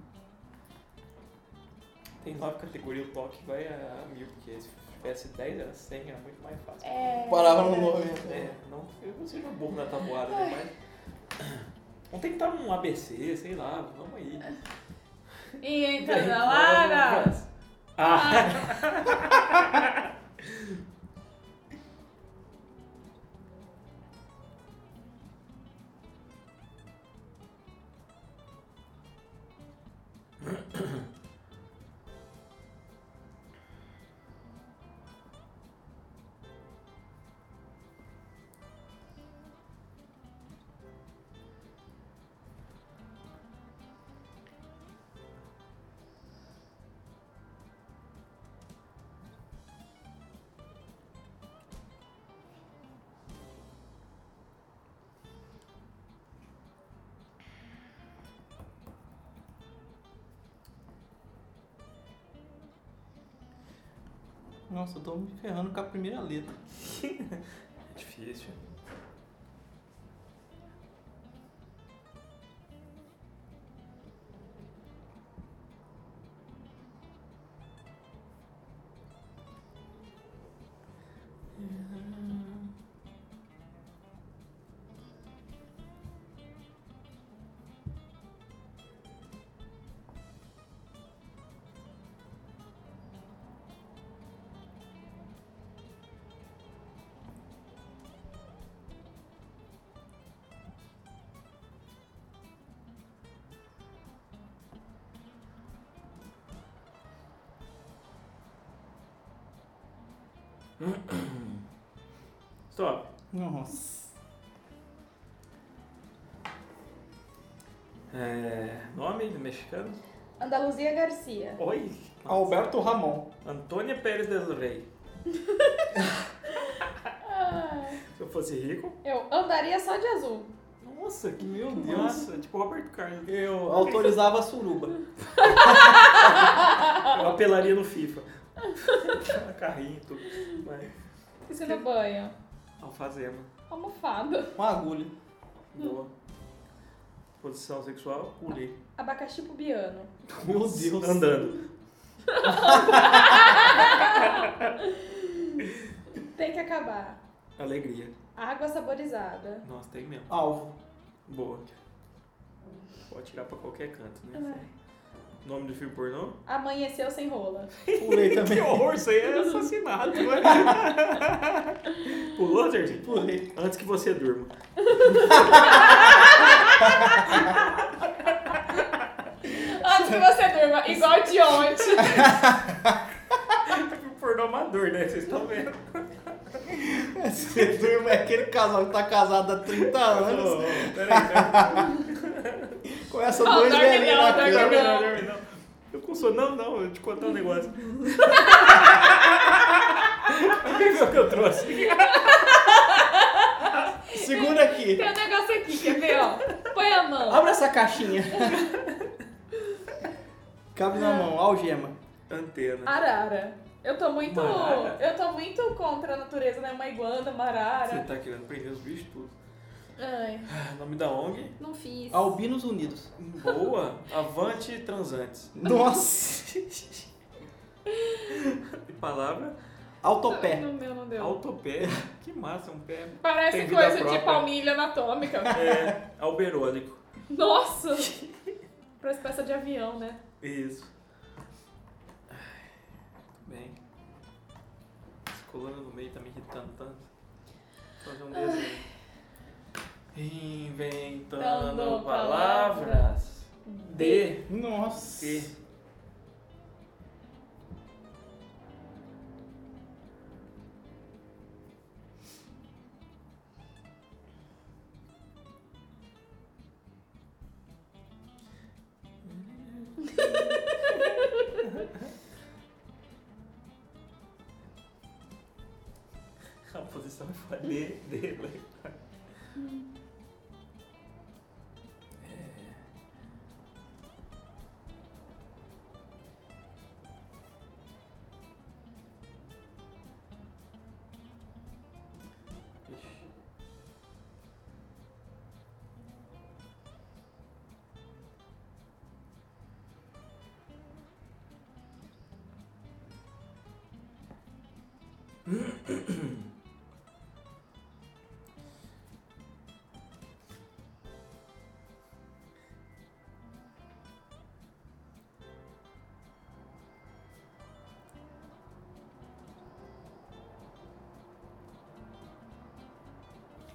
Speaker 1: Tem nove categorias, o toque vai a mil, porque se tivesse 10 era 100, era muito mais fácil.
Speaker 4: É...
Speaker 3: Parava no nome.
Speaker 1: É, não, eu não seja burro na tabuada, né? Mas. Vamos tentar um ABC, sei lá, vamos aí.
Speaker 4: E entra na Lara!
Speaker 1: Ah!
Speaker 3: Nossa, eu tô me ferrando com a primeira letra.
Speaker 1: É Difícil. Stop.
Speaker 3: Nossa.
Speaker 1: É, nome do mexicano?
Speaker 4: Andaluzia Garcia.
Speaker 1: Oi!
Speaker 3: Alberto Ramon.
Speaker 1: Antônia Pérez del Rey.
Speaker 4: Ah,
Speaker 1: Se eu fosse rico.
Speaker 4: eu andaria só de azul.
Speaker 1: Nossa, que
Speaker 3: Meu Deus.
Speaker 1: massa. Tipo Roberto Carlos.
Speaker 3: Eu autorizava a suruba.
Speaker 1: Eu apelaria no FIFA. Carrinho e tudo. Mas,
Speaker 4: Isso no banho.
Speaker 1: alfazema.
Speaker 4: Almofada.
Speaker 3: Com agulha.
Speaker 1: Boa. Posição sexual, pulei.
Speaker 4: Abacaxi pubiano.
Speaker 3: Meu Deus.
Speaker 1: Andando.
Speaker 4: Tem que acabar.
Speaker 1: Alegria.
Speaker 4: Água saborizada.
Speaker 1: Nossa, tem mesmo.
Speaker 3: Alvo.
Speaker 1: Boa. Pode tirar pra qualquer canto, né?
Speaker 4: Ai.
Speaker 1: Nome do filme pornô?
Speaker 4: Amanheceu sem rola.
Speaker 3: Pulei também.
Speaker 1: Que horror, isso aí é assassinato. né? Pulou, Serginho?
Speaker 3: Pulei.
Speaker 1: Antes que você durma.
Speaker 4: Antes que você durma, igual de ontem.
Speaker 1: Pornô amador, né? Vocês estão vendo.
Speaker 3: Você turma é aquele casal que tá casado há 30 anos.
Speaker 1: Ô, Peraí, peraí.
Speaker 3: Começa
Speaker 4: Não,
Speaker 3: dois
Speaker 4: dorme
Speaker 3: velhinhos
Speaker 4: não,
Speaker 3: na
Speaker 4: dorme
Speaker 3: cama.
Speaker 1: Dorme não, dorme não. Eu com sono, não, não, eu te contar um negócio. Quem foi que eu trouxe?
Speaker 3: Segura aqui.
Speaker 4: Tem um negócio aqui, quer ver, ó? Põe a mão.
Speaker 3: Abre essa caixinha. Cabe na mão, algema.
Speaker 1: Antena.
Speaker 4: Arara. Eu tô muito.
Speaker 1: Uma arara?
Speaker 4: Eu tô muito contra a natureza, né? Uma iguana, uma
Speaker 1: Você
Speaker 4: arara.
Speaker 1: tá querendo prender os bichos tudo.
Speaker 4: Ai,
Speaker 1: Ah, Nome da ONG?
Speaker 4: não fiz.
Speaker 3: Albinos Unidos.
Speaker 1: Boa. Avante Transantes.
Speaker 3: Nossa.
Speaker 1: E palavra?
Speaker 3: Autopé.
Speaker 4: No meu não deu.
Speaker 1: Autopé. Que massa, um pé.
Speaker 4: Parece
Speaker 1: Tem vida
Speaker 4: coisa de
Speaker 1: própria.
Speaker 4: palmilha anatômica.
Speaker 1: É, alberônico.
Speaker 4: Nossa! Parece peça de avião, né?
Speaker 1: Isso. Ai, Bem. Essa coluna no meio tá me irritando tanto. Vou fazer um desenho. Inventando
Speaker 4: Dando
Speaker 1: palavras. De.
Speaker 3: Nossa.
Speaker 1: De. A posição foi de, dele. Ixi.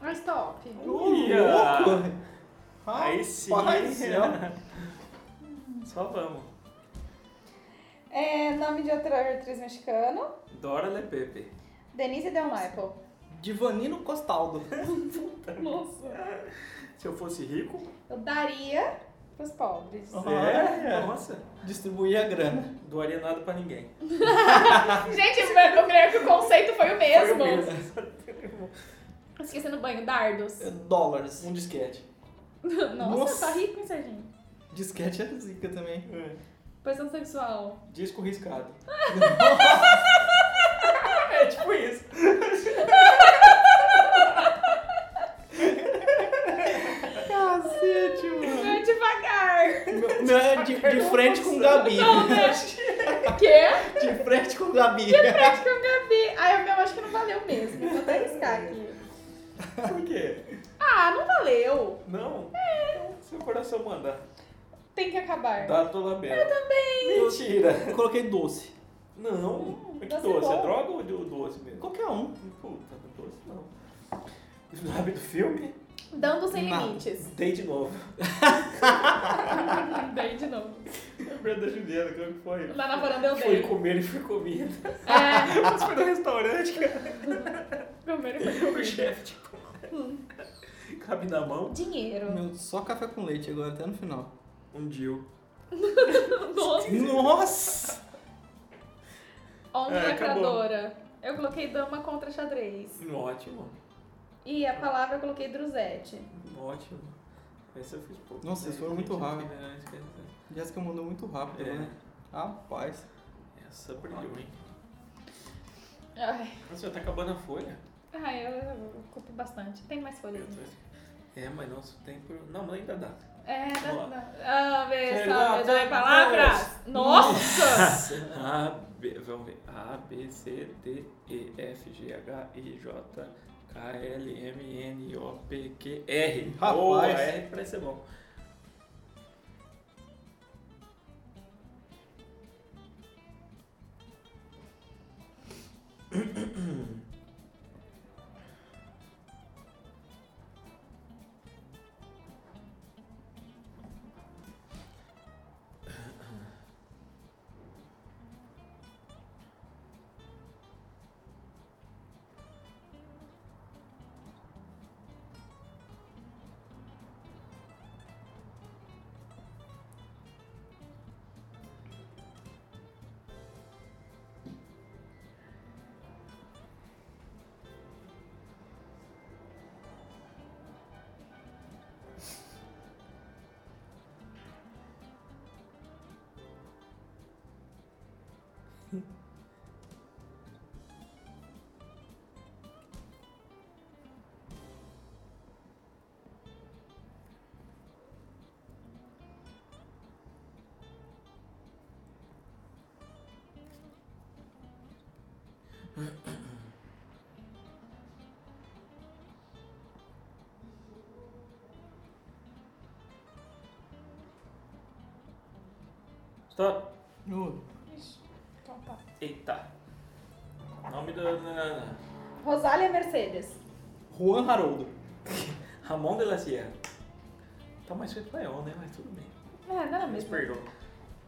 Speaker 4: Mas top.
Speaker 1: Ia. Aí
Speaker 3: Rapaz,
Speaker 1: sim.
Speaker 3: ó.
Speaker 1: Só vamos.
Speaker 4: É, nome de outra atriz mexicano.
Speaker 1: Dora né, Lepepe.
Speaker 4: Denise Del Apple.
Speaker 3: Divanino Costaldo. né?
Speaker 4: Nossa.
Speaker 1: Se eu fosse rico,
Speaker 4: Eu daria pros pobres.
Speaker 3: Uhum.
Speaker 1: é, nossa,
Speaker 3: Distribuir a grana.
Speaker 1: doaria nada pra ninguém.
Speaker 4: Gente, eu creio que o conceito foi
Speaker 1: Foi
Speaker 4: o
Speaker 1: o
Speaker 4: mesmo.
Speaker 1: mesmo.
Speaker 4: Esqueci no banho, dardos.
Speaker 3: É, Dólares, um disquete.
Speaker 4: Nossa,
Speaker 3: Nossa.
Speaker 4: tá rico, hein, Serginho?
Speaker 3: Disquete é zica também.
Speaker 4: Posição sexual.
Speaker 1: Disco riscado.
Speaker 3: É tipo isso. Cacete, mano.
Speaker 4: Hum. Vai devagar.
Speaker 3: Meu- meu é de, de frente com o Gabi.
Speaker 4: Não, né? Quê?
Speaker 3: De frente com o Gabi.
Speaker 4: Acho que eu Gabi. Ai, o meu acho que não valeu mesmo. Vou até arriscar aqui.
Speaker 1: Por quê?
Speaker 4: Ah, não valeu.
Speaker 1: Não? É. Seu coração manda.
Speaker 4: Tem que acabar.
Speaker 1: Dado labela. Eu também. Mentira.
Speaker 3: Eu coloquei doce.
Speaker 1: Não. É que
Speaker 4: doce
Speaker 1: doce?
Speaker 4: bom.
Speaker 1: É droga ou do- doce mesmo?
Speaker 3: Qualquer um.
Speaker 1: Puta, doce não. O nome do filme?
Speaker 4: Dando sem
Speaker 3: Nada.
Speaker 4: limites.
Speaker 1: Dei de novo.
Speaker 4: Daí de novo.
Speaker 1: Lembra da Juliana, como que foi?
Speaker 4: Lá na varanda eu
Speaker 1: Foi
Speaker 4: dei.
Speaker 1: comer e fui comida.
Speaker 4: É,
Speaker 1: Mas foi no restaurante, cara.
Speaker 4: primeiro foi
Speaker 1: O chefe, tipo... Cabe na mão.
Speaker 4: dinheiro.
Speaker 3: Meu, só café com leite agora até no final.
Speaker 1: Um deal.
Speaker 4: Nossa.
Speaker 3: Nossa!
Speaker 4: Onda
Speaker 1: É, acabou.
Speaker 4: lacradora. Eu coloquei dama contra xadrez.
Speaker 1: Um Ótimo. um
Speaker 4: E a palavra eu coloquei Druzete.
Speaker 1: Ótimo. Esse eu fiz pouco. é,
Speaker 3: Nossa,
Speaker 1: né?
Speaker 3: isso foi muito rápido.
Speaker 1: Não, esquece.
Speaker 3: Jéssica mandou muito rápido,
Speaker 1: É.
Speaker 3: né? Rapaz.
Speaker 1: Essa brilhou, hein?
Speaker 4: Ai,
Speaker 1: Nossa, já tá acabando a folha.
Speaker 4: ai eu, eu culpo bastante. Tem mais folha.
Speaker 1: Eu
Speaker 4: aqui.
Speaker 1: tô- É, mas nosso tempo. Não, mas ainda dá.
Speaker 4: É, dá,
Speaker 1: Boa.
Speaker 4: dá. Ah, vê,
Speaker 1: Chegou
Speaker 4: sabe,
Speaker 1: a
Speaker 4: dá
Speaker 1: tempo,
Speaker 4: palavras. Nossa!
Speaker 1: A, B, vamos ver. A, B, C, D, E, F, G, H, I, J, K, L, M, N, O, P, Q, R.
Speaker 3: Rapaz.
Speaker 1: Boa, R parece ser bom. Stop.
Speaker 3: Nu.
Speaker 4: Ixi, então tá.
Speaker 1: Eita. Nome do. na- na- na-
Speaker 4: Rosália Mercedes.
Speaker 3: Juan Haroldo.
Speaker 1: Ramon de la Sierra. Tá mais feito espanhol, né? Mas tudo bem.
Speaker 4: É, não era
Speaker 1: Mas
Speaker 4: mesmo.
Speaker 1: perdoa.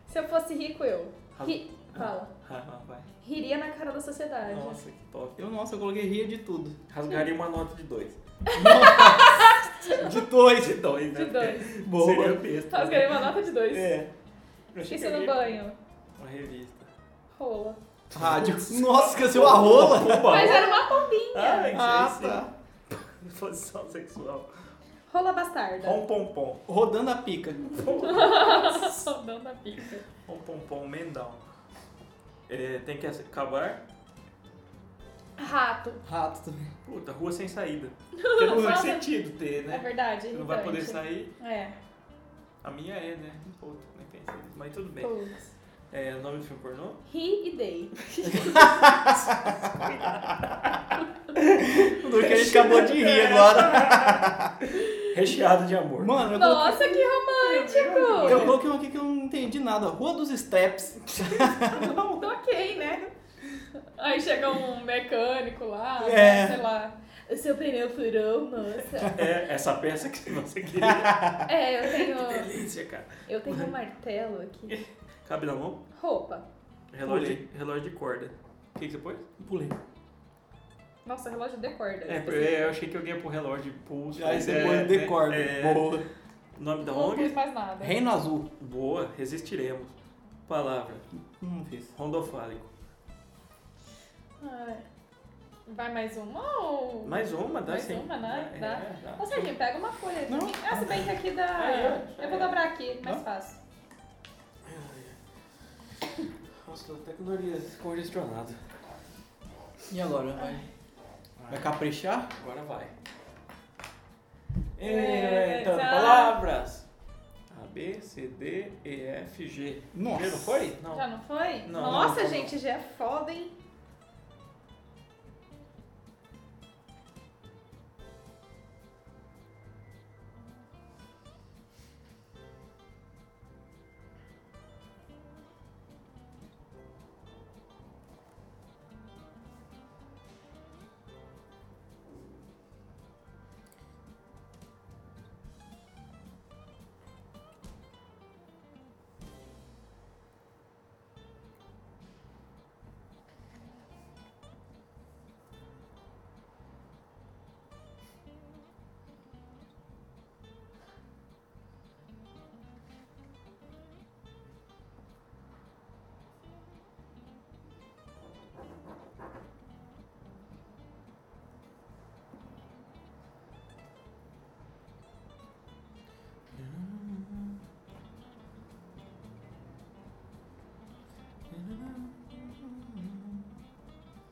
Speaker 4: Se eu fosse rico, eu. Ri...
Speaker 1: Ah.
Speaker 4: Fala.
Speaker 1: Ah, vai.
Speaker 4: Riria na cara da sociedade.
Speaker 1: Nossa, que top.
Speaker 3: Eu, nossa, eu coloquei ria de tudo.
Speaker 1: Rasgaria uma nota de dois.
Speaker 3: De dois.
Speaker 1: De dois, né?
Speaker 4: De dois.
Speaker 3: Boa.
Speaker 1: Seria besta.
Speaker 4: Tá escrevendo uma nota de dois.
Speaker 1: É. Eu achei que
Speaker 4: Esqueci no
Speaker 1: havia
Speaker 4: banho.
Speaker 1: Uma revista.
Speaker 4: Rola.
Speaker 3: Rádio. Nossa, que uma rola.
Speaker 5: Pumba!
Speaker 4: Mas era uma pombinha.
Speaker 3: Ah,
Speaker 1: é
Speaker 3: tá.
Speaker 5: Posição sexual.
Speaker 1: Ah.
Speaker 4: Rola bastarda.
Speaker 5: Pom pom pom.
Speaker 3: Rodando a pica.
Speaker 4: Soldão da pica.
Speaker 1: Pom pom pom, mendão. É, tem que acabar.
Speaker 4: Rato.
Speaker 3: Rato também.
Speaker 1: Puta, rua sem saída. Porque não faz
Speaker 4: Nossa.
Speaker 1: sentido ter,
Speaker 4: É
Speaker 1: né?
Speaker 4: verdade.
Speaker 1: Você não vai poder
Speaker 4: irritante.
Speaker 1: sair.
Speaker 4: É.
Speaker 1: A minha é, né? Puta, nem pensei nisso. Mas tudo bem.
Speaker 4: Putz.
Speaker 1: É, nome do filme pornô?
Speaker 4: Ri e dei.
Speaker 3: Do que a gente acabou de rir agora.
Speaker 5: Recheado de amor.
Speaker 3: Mano, eu coloquei,
Speaker 4: Nossa, que romântico!
Speaker 3: eu coloquei um aqui que eu não entendi nada. Rua dos Straps.
Speaker 4: Tô ok, né? Aí chega um mecânico lá,
Speaker 3: É.
Speaker 4: sei lá. O seu pneu furou, moça.
Speaker 1: É essa peça que você queria.
Speaker 4: É, eu tenho.
Speaker 1: Delícia, cara.
Speaker 4: Eu tenho um martelo aqui.
Speaker 1: Cabe na mão?
Speaker 4: Roupa.
Speaker 1: Relógio, de- relógio de corda. O que, que você pôs?
Speaker 3: Pulei.
Speaker 4: Nossa, relógio de corda.
Speaker 1: É, eu achei que eu ia pro relógio de pulso.
Speaker 3: Aí
Speaker 1: mas
Speaker 3: você
Speaker 1: é-
Speaker 3: põe
Speaker 1: é-
Speaker 3: decorda.
Speaker 1: é-
Speaker 3: Boa.
Speaker 1: Nome da
Speaker 4: Não fiz
Speaker 1: ONG?
Speaker 4: mais nada.
Speaker 3: Reino Azul.
Speaker 1: Boa, resistiremos. Palavra,
Speaker 3: Não Hum, fiz.
Speaker 1: rondofálico.
Speaker 4: Ai. Ah, é. Vai mais uma ou.
Speaker 1: Mais uma, dá
Speaker 4: Mais
Speaker 1: sim.
Speaker 4: uma, né?
Speaker 1: É,
Speaker 4: Dá.
Speaker 1: dá.
Speaker 4: Ô, Serginho, pega uma folha.
Speaker 3: Não.
Speaker 4: também. Ah, se bem que aqui dá.
Speaker 1: Aí, ó, já
Speaker 4: eu vou
Speaker 1: era.
Speaker 4: dobrar aqui, mais
Speaker 3: Não?
Speaker 4: fácil.
Speaker 1: Nossa, tecnologia congestionada.
Speaker 3: E agora? Vai, vai caprichar?
Speaker 1: Agora vai.
Speaker 4: É,
Speaker 1: Inventando
Speaker 4: tá.
Speaker 1: palavras. A, B, C, D, E, F, G.
Speaker 3: Nossa.
Speaker 1: G não foi? Não.
Speaker 4: Já não foi?
Speaker 1: Não,
Speaker 4: Nossa,
Speaker 1: não, não.
Speaker 4: gente, já é foda, hein?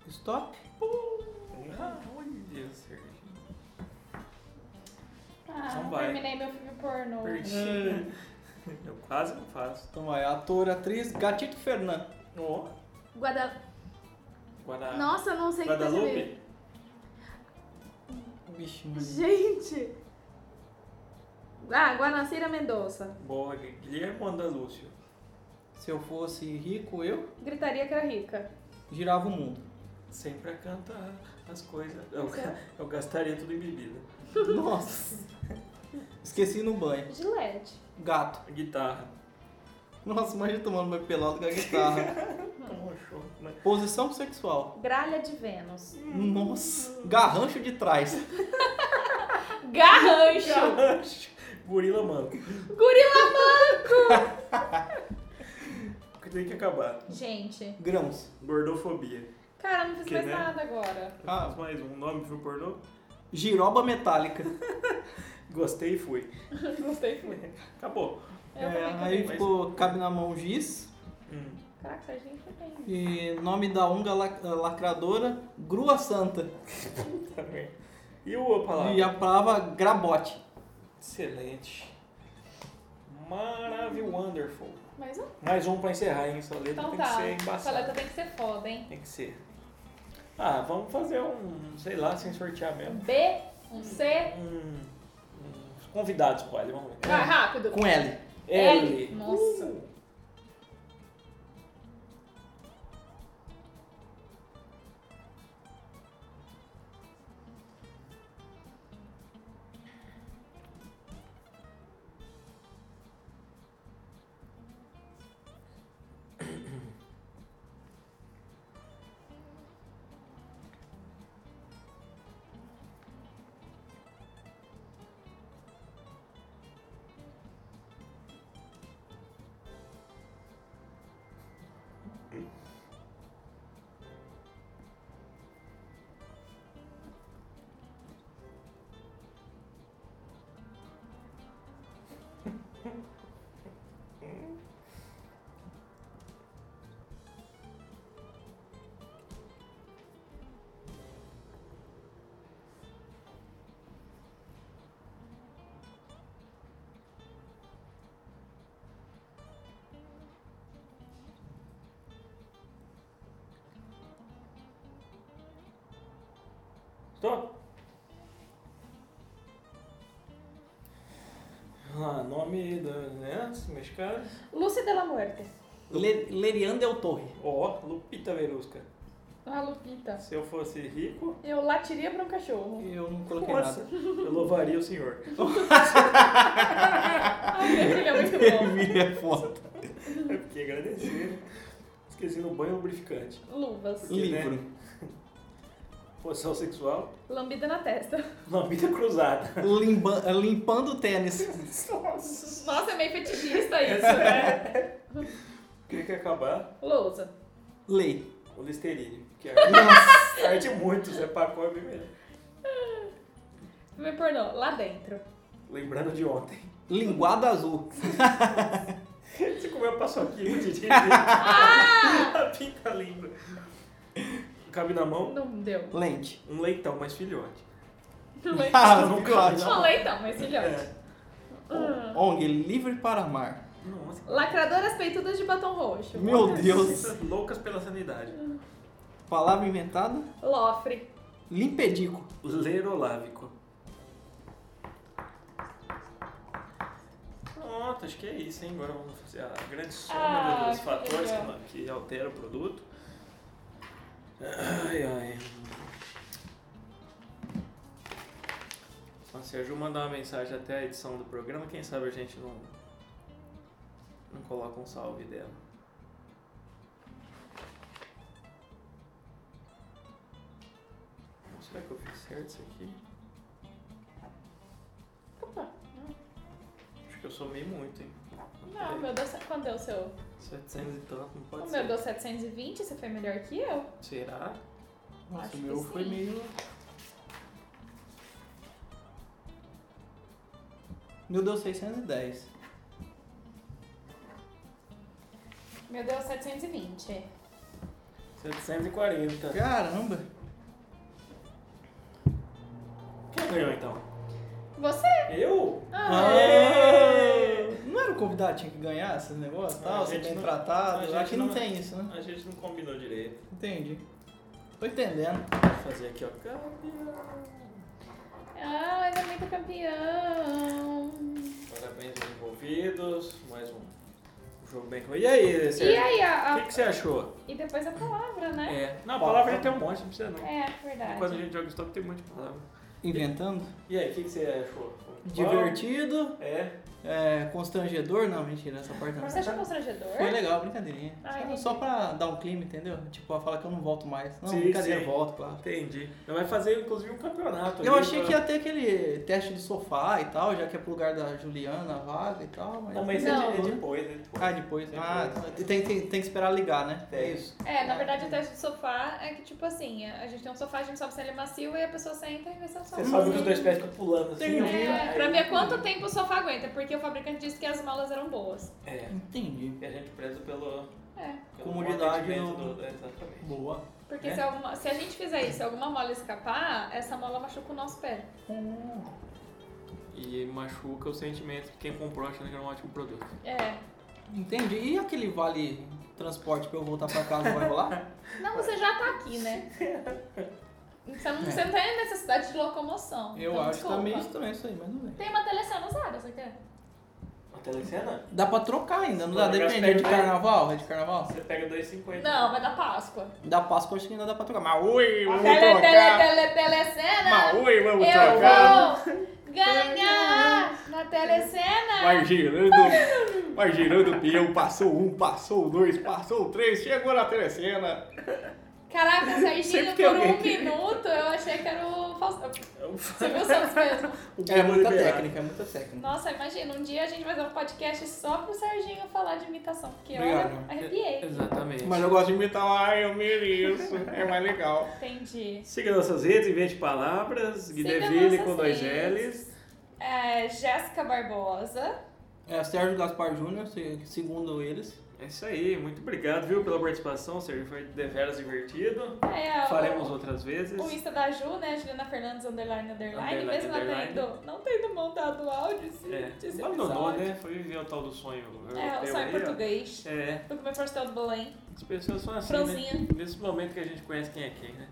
Speaker 3: Stop.
Speaker 1: Ah, olha, Sérgio.
Speaker 4: Ah,
Speaker 1: Então
Speaker 4: não
Speaker 1: vai.
Speaker 4: terminei meu filme pornô.
Speaker 1: Perdi. Eu quase não faço.
Speaker 3: Então vai. Ator, atriz, Gatito Fernando.
Speaker 1: Ó,
Speaker 4: Guada...
Speaker 1: Guada...
Speaker 4: Nossa, eu não sei o que tá escrito.
Speaker 1: Guadalupe?
Speaker 3: Vixe, mano.
Speaker 4: Gente! Ah, Guanacira Mendonça.
Speaker 1: Boa, Guilherme Andalúcio.
Speaker 3: Se eu fosse rico, eu
Speaker 4: Gritaria que era rica.
Speaker 3: girava o mundo.
Speaker 1: Sempre a cantar as coisas. Eu,
Speaker 4: Certo.
Speaker 1: eu gastaria tudo em bebida.
Speaker 3: Nossa. Esqueci no banho.
Speaker 4: Gillette.
Speaker 3: Gato.
Speaker 1: Guitarra.
Speaker 3: Nossa, imagina tomando meu pelado com a guitarra.
Speaker 1: Tomou show, né?
Speaker 3: Posição sexual.
Speaker 4: Gralha de Vênus.
Speaker 3: Nossa. Garrancho de trás.
Speaker 4: Garrancho.
Speaker 1: Gorila mano.
Speaker 4: Gorila Manco.
Speaker 1: Que tem que acabar.
Speaker 4: Gente.
Speaker 3: Grãos.
Speaker 1: Gordofobia.
Speaker 4: Cara, eu não fiz
Speaker 1: Que,
Speaker 4: mais
Speaker 1: né?
Speaker 4: nada agora.
Speaker 3: Ah.
Speaker 1: Fiz mais um nome pro pornô.
Speaker 3: Giroba metálica.
Speaker 1: Gostei e fui.
Speaker 4: Gostei muito.
Speaker 1: Acabou.
Speaker 4: Eu
Speaker 3: É,
Speaker 4: também
Speaker 3: aí
Speaker 4: acabei.
Speaker 1: mas-
Speaker 3: ficou cabe na mão giz.
Speaker 1: Hum.
Speaker 4: Caraca, Serginho foi bem.
Speaker 3: E nome da unga lac- eh, lacradora, grua santa.
Speaker 1: Tá bem. E o a palavra?
Speaker 3: E a palavra grabote.
Speaker 1: Excelente. Maravilhoso. Wonderful.
Speaker 4: Mais um?
Speaker 1: Mais um pra encerrar, hein? Sua letra
Speaker 4: Então
Speaker 1: tem
Speaker 4: tá.
Speaker 1: que ser
Speaker 4: Essa
Speaker 1: embaçada.
Speaker 4: letra tem que ser foda, hein?
Speaker 1: Tem que ser. Ah, vamos fazer um, sei lá, sem sortear
Speaker 4: Um
Speaker 1: mesmo.
Speaker 4: B, um C.
Speaker 1: Um, uns convidados, pode, vamos ver.
Speaker 4: Vai, rápido.
Speaker 3: Com L.
Speaker 4: Ah, L. Nossa.
Speaker 1: Uh.
Speaker 3: L.
Speaker 1: Tô. Ah, nome dos né, mexicanos.
Speaker 4: Lúcia de la Muerte.
Speaker 3: Le- Lerian Del Torre.
Speaker 1: Ó, Lupita Verusca.
Speaker 4: Ah, Lupita.
Speaker 1: Se eu fosse rico,
Speaker 4: Eu latiria pra um cachorro.
Speaker 3: Eu não coloquei
Speaker 1: nossa,
Speaker 3: nada.
Speaker 1: eu louvaria o senhor.
Speaker 4: Ah, meu filho é muito bom.
Speaker 3: Ele é foda.
Speaker 1: Eu fiquei agradecido. Esqueci no banho lubrificante.
Speaker 4: Luvas.
Speaker 3: Livro.
Speaker 1: Posição sexual,
Speaker 4: Lambida na testa.
Speaker 1: lambida cruzada.
Speaker 3: Limba- eh, limpando o tênis.
Speaker 4: Nossa, é meio fetichista isso, né?
Speaker 1: Queria que acabar
Speaker 4: Lousa.
Speaker 3: Lei.
Speaker 1: o listerine. Que é arte muito, Zé Pacó é bem melhor.
Speaker 4: Filme pornô. Lá dentro.
Speaker 1: Lembrando de ontem.
Speaker 3: Linguada azul.
Speaker 1: Você comeu a paçoquinha de Didi? A pinta língua. Cabe na mão,
Speaker 4: Não deu.
Speaker 3: Lente.
Speaker 1: um leitão mais filhote.
Speaker 4: Não é?
Speaker 3: Ah,
Speaker 1: nunca
Speaker 3: claro.
Speaker 4: Falei então, mas filhote.
Speaker 1: É.
Speaker 4: Hum.
Speaker 3: ONG livre para amar.
Speaker 1: Nossa,
Speaker 4: Lacradoras peitudas de batom roxo.
Speaker 3: Meu Deus.
Speaker 1: coisas loucas pela sanidade.
Speaker 3: Palavra inventada.
Speaker 4: Lofre.
Speaker 3: Limpedico.
Speaker 1: Lerolávico. Pronto, acho que é isso, hein? Agora vamos fazer a grande soma
Speaker 4: Ah,
Speaker 1: dos
Speaker 4: que
Speaker 1: fatores que,
Speaker 4: legal.
Speaker 1: que alteram o produto. Ai, ai. Então, se a Ju mandar uma mensagem até a edição do programa, quem sabe a gente não, não coloca um salve dela. Será que eu fiz certo isso aqui?
Speaker 4: Opa.
Speaker 1: Acho que eu somei muito, hein?
Speaker 4: Não, meu Deus, quanto deu o seu?
Speaker 1: 700 e tanto, não pode
Speaker 4: O
Speaker 1: ser.
Speaker 4: meu deu 720, você foi melhor que eu.
Speaker 1: Será?
Speaker 3: Nossa,
Speaker 4: Acho
Speaker 3: o
Speaker 4: que
Speaker 3: meu foi
Speaker 4: sim.
Speaker 3: meio. Meu deu 610.
Speaker 4: Meu deu 720.
Speaker 1: 740.
Speaker 3: Caramba!
Speaker 1: Quem ganhou então?
Speaker 4: Você?
Speaker 1: Eu?
Speaker 4: Ah,
Speaker 3: Ah, Não era o convidado que tinha que ganhar esses negócios e
Speaker 1: A
Speaker 3: tal? Você
Speaker 1: gente
Speaker 3: tem
Speaker 1: não- a
Speaker 3: tratado?
Speaker 1: gente
Speaker 3: Aqui não
Speaker 1: não-
Speaker 3: tem isso, né?
Speaker 1: A gente não combinou direito.
Speaker 3: Entendi. Tô entendendo.
Speaker 1: Vou fazer aqui, ó.
Speaker 4: ah ele é muito campeão.
Speaker 1: Parabéns aos envolvidos. Mais um jogo bem ruim. E aí,
Speaker 4: E
Speaker 1: Sérgio?
Speaker 4: aí,
Speaker 1: O
Speaker 4: a,
Speaker 1: que,
Speaker 4: a-
Speaker 1: que você achou?
Speaker 4: e depois a palavra, né?
Speaker 1: É. Não, a palavra já tem um monte, não precisa não.
Speaker 4: É,
Speaker 1: Quando a
Speaker 4: verdade.
Speaker 1: gente joga stop tem muita palavra.
Speaker 3: Inventando?
Speaker 1: E aí, o que, que você achou? Foi bom?
Speaker 3: Divertido,
Speaker 1: É.
Speaker 3: é, constrangedor. Não, mentira, essa parte não.
Speaker 4: Mas você achou constrangedor?
Speaker 3: Foi legal, brincadeirinha.
Speaker 4: Ah,
Speaker 3: Só-
Speaker 4: entendi.
Speaker 3: só pra dar um clima, entendeu? Tipo, falar que eu não volto mais. Não,
Speaker 1: Sim,
Speaker 3: brincadeira,
Speaker 1: sim.
Speaker 3: volto, claro.
Speaker 1: Entendi. Nós vai fazer, inclusive, um campeonato.
Speaker 3: Eu
Speaker 1: ali
Speaker 3: achei
Speaker 1: pra-
Speaker 3: que ia ter aquele teste de sofá e tal, já que é pro lugar da Juliana, a vaga e tal, mas.
Speaker 1: Não, mas isso é de-
Speaker 4: Não.
Speaker 1: é depois, né? Depois.
Speaker 3: Ah, depois.
Speaker 1: Depois.
Speaker 3: Ah, então tem, tem, tem que esperar ligar, né?
Speaker 1: É.
Speaker 3: isso.
Speaker 4: É, na verdade o teste do sofá é que, tipo assim, a gente tem um sofá, a gente sabe se ele é macio e a pessoa senta e vê se é um sofá.
Speaker 1: Você sabe que os dois pés ficam pulando assim.
Speaker 3: Entendi.
Speaker 4: É,
Speaker 1: ó.
Speaker 4: pra ver quanto tempo o sofá aguenta, porque o fabricante disse que as malas eram boas.
Speaker 1: É.
Speaker 3: Entendi.
Speaker 1: E a gente preza pelo.
Speaker 4: É.
Speaker 1: pelo
Speaker 3: Comodidade
Speaker 1: atendimento
Speaker 3: do-
Speaker 1: é, exatamente.
Speaker 3: Boa.
Speaker 4: Porque
Speaker 1: É?
Speaker 4: se, alguma- se a gente fizer isso e alguma mola escapar, essa mola machuca o nosso pé.
Speaker 3: Hum,
Speaker 1: E machuca o sentimento de quem comprou achando que era um ótimo produto.
Speaker 4: É.
Speaker 3: Entendi. E aquele vale transporte pra eu voltar pra casa vai rolar?
Speaker 4: Não, você já tá aqui, né? Você não, você não tem necessidade de locomoção.
Speaker 3: Eu
Speaker 4: então,
Speaker 3: acho que tá
Speaker 4: desculpa.
Speaker 3: meio estranho isso aí, mas não é.
Speaker 4: Tem uma telecena usada, você quer?
Speaker 1: Uma telecena?
Speaker 3: Dá pra trocar ainda, não dá?
Speaker 1: Pô, negócio
Speaker 3: Depender de
Speaker 1: pega-
Speaker 3: carnaval? É de carnaval?
Speaker 1: Você pega 2,50.
Speaker 4: Não, vai dar Páscoa.
Speaker 3: Da Páscoa acho que ainda dá pra trocar. Mas ui, vamos
Speaker 4: Tele, tele,
Speaker 3: trocar.
Speaker 4: tele, telecena!
Speaker 3: Mas ui, vamos
Speaker 4: eu
Speaker 3: trocar.
Speaker 4: vou ganhar na telecena!
Speaker 3: Vai girando, vai girando o peão, passou um, passou dois, passou três, chegou na telecena.
Speaker 4: Caraca, Serginho,
Speaker 1: Sempre tem
Speaker 4: por
Speaker 1: alguém
Speaker 4: um
Speaker 1: que-
Speaker 4: minuto eu achei que era o Faustão.
Speaker 1: É um-
Speaker 4: Você viu o Santos mesmo?
Speaker 1: o
Speaker 3: É
Speaker 1: Google
Speaker 3: muita
Speaker 1: liberado.
Speaker 3: técnica, é muita técnica.
Speaker 4: Nossa, imagina, um dia a gente vai fazer um podcast só pro Serginho falar de imitação, porque
Speaker 3: Obrigado.
Speaker 4: olha, arrepiei.
Speaker 1: Exatamente.
Speaker 3: Mas eu gosto de imitar lá, ai, eu mereço, é mais legal.
Speaker 4: Entendi.
Speaker 1: Siga nossas redes, invente palavras.
Speaker 4: Siga
Speaker 1: Guideville
Speaker 4: nossas
Speaker 1: com dois
Speaker 4: redes.
Speaker 1: L's.
Speaker 4: É, Jéssica Barbosa.
Speaker 3: É, Sérgio Gaspar Júnior, se- segundo eles.
Speaker 1: É isso aí, muito obrigado, viu, pela participação, Sérgio. Foi deveras divertido.
Speaker 4: É, o-
Speaker 1: Faremos outras vezes.
Speaker 4: O Insta da Ju, né? Juliana Fernandes, underline, underline.
Speaker 1: Underline,
Speaker 4: Mesmo ela
Speaker 1: underline.
Speaker 4: tendo, não tendo montado o áudio, esse,
Speaker 1: É,
Speaker 4: desse
Speaker 1: abandonou,
Speaker 4: episódio.
Speaker 1: né? Foi viver o tal do sonho.
Speaker 4: É, o
Speaker 1: europeu
Speaker 4: sonho
Speaker 1: aí, ó.
Speaker 4: português.
Speaker 1: É,
Speaker 4: Fui comer pastel do Belém.
Speaker 1: as pessoas são assim,
Speaker 4: Franzinha.
Speaker 1: né? Nesse momento que a gente conhece quem é quem, né?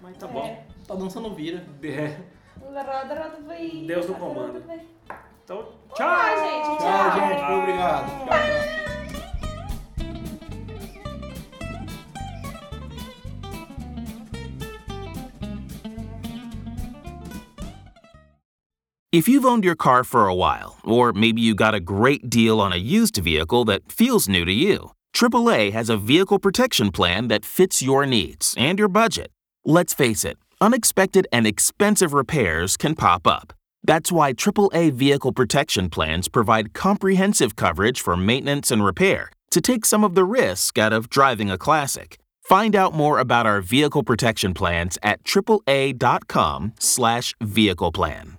Speaker 1: Mas tá
Speaker 4: É.
Speaker 1: bom.
Speaker 3: Tá dançando vira.
Speaker 1: De-
Speaker 4: Roda, roda, vai.
Speaker 1: Deus no
Speaker 4: roda, roda,
Speaker 1: comando.
Speaker 4: vai.
Speaker 1: Então, tchau!
Speaker 4: Olá, gente.
Speaker 3: Tchau, gente. Muito obrigado. Tchau, tchau.
Speaker 7: If you've owned your car for a while, or maybe you got a great deal on a used vehicle that feels new to you, AAA has a vehicle protection plan that fits your needs and your budget. Let's face it, unexpected and expensive repairs can pop up. That's why AAA vehicle protection plans provide comprehensive coverage for maintenance and repair to take some of the risk out of driving a classic. Find out more about our vehicle protection plans at AAA.com/slash vehicle plan.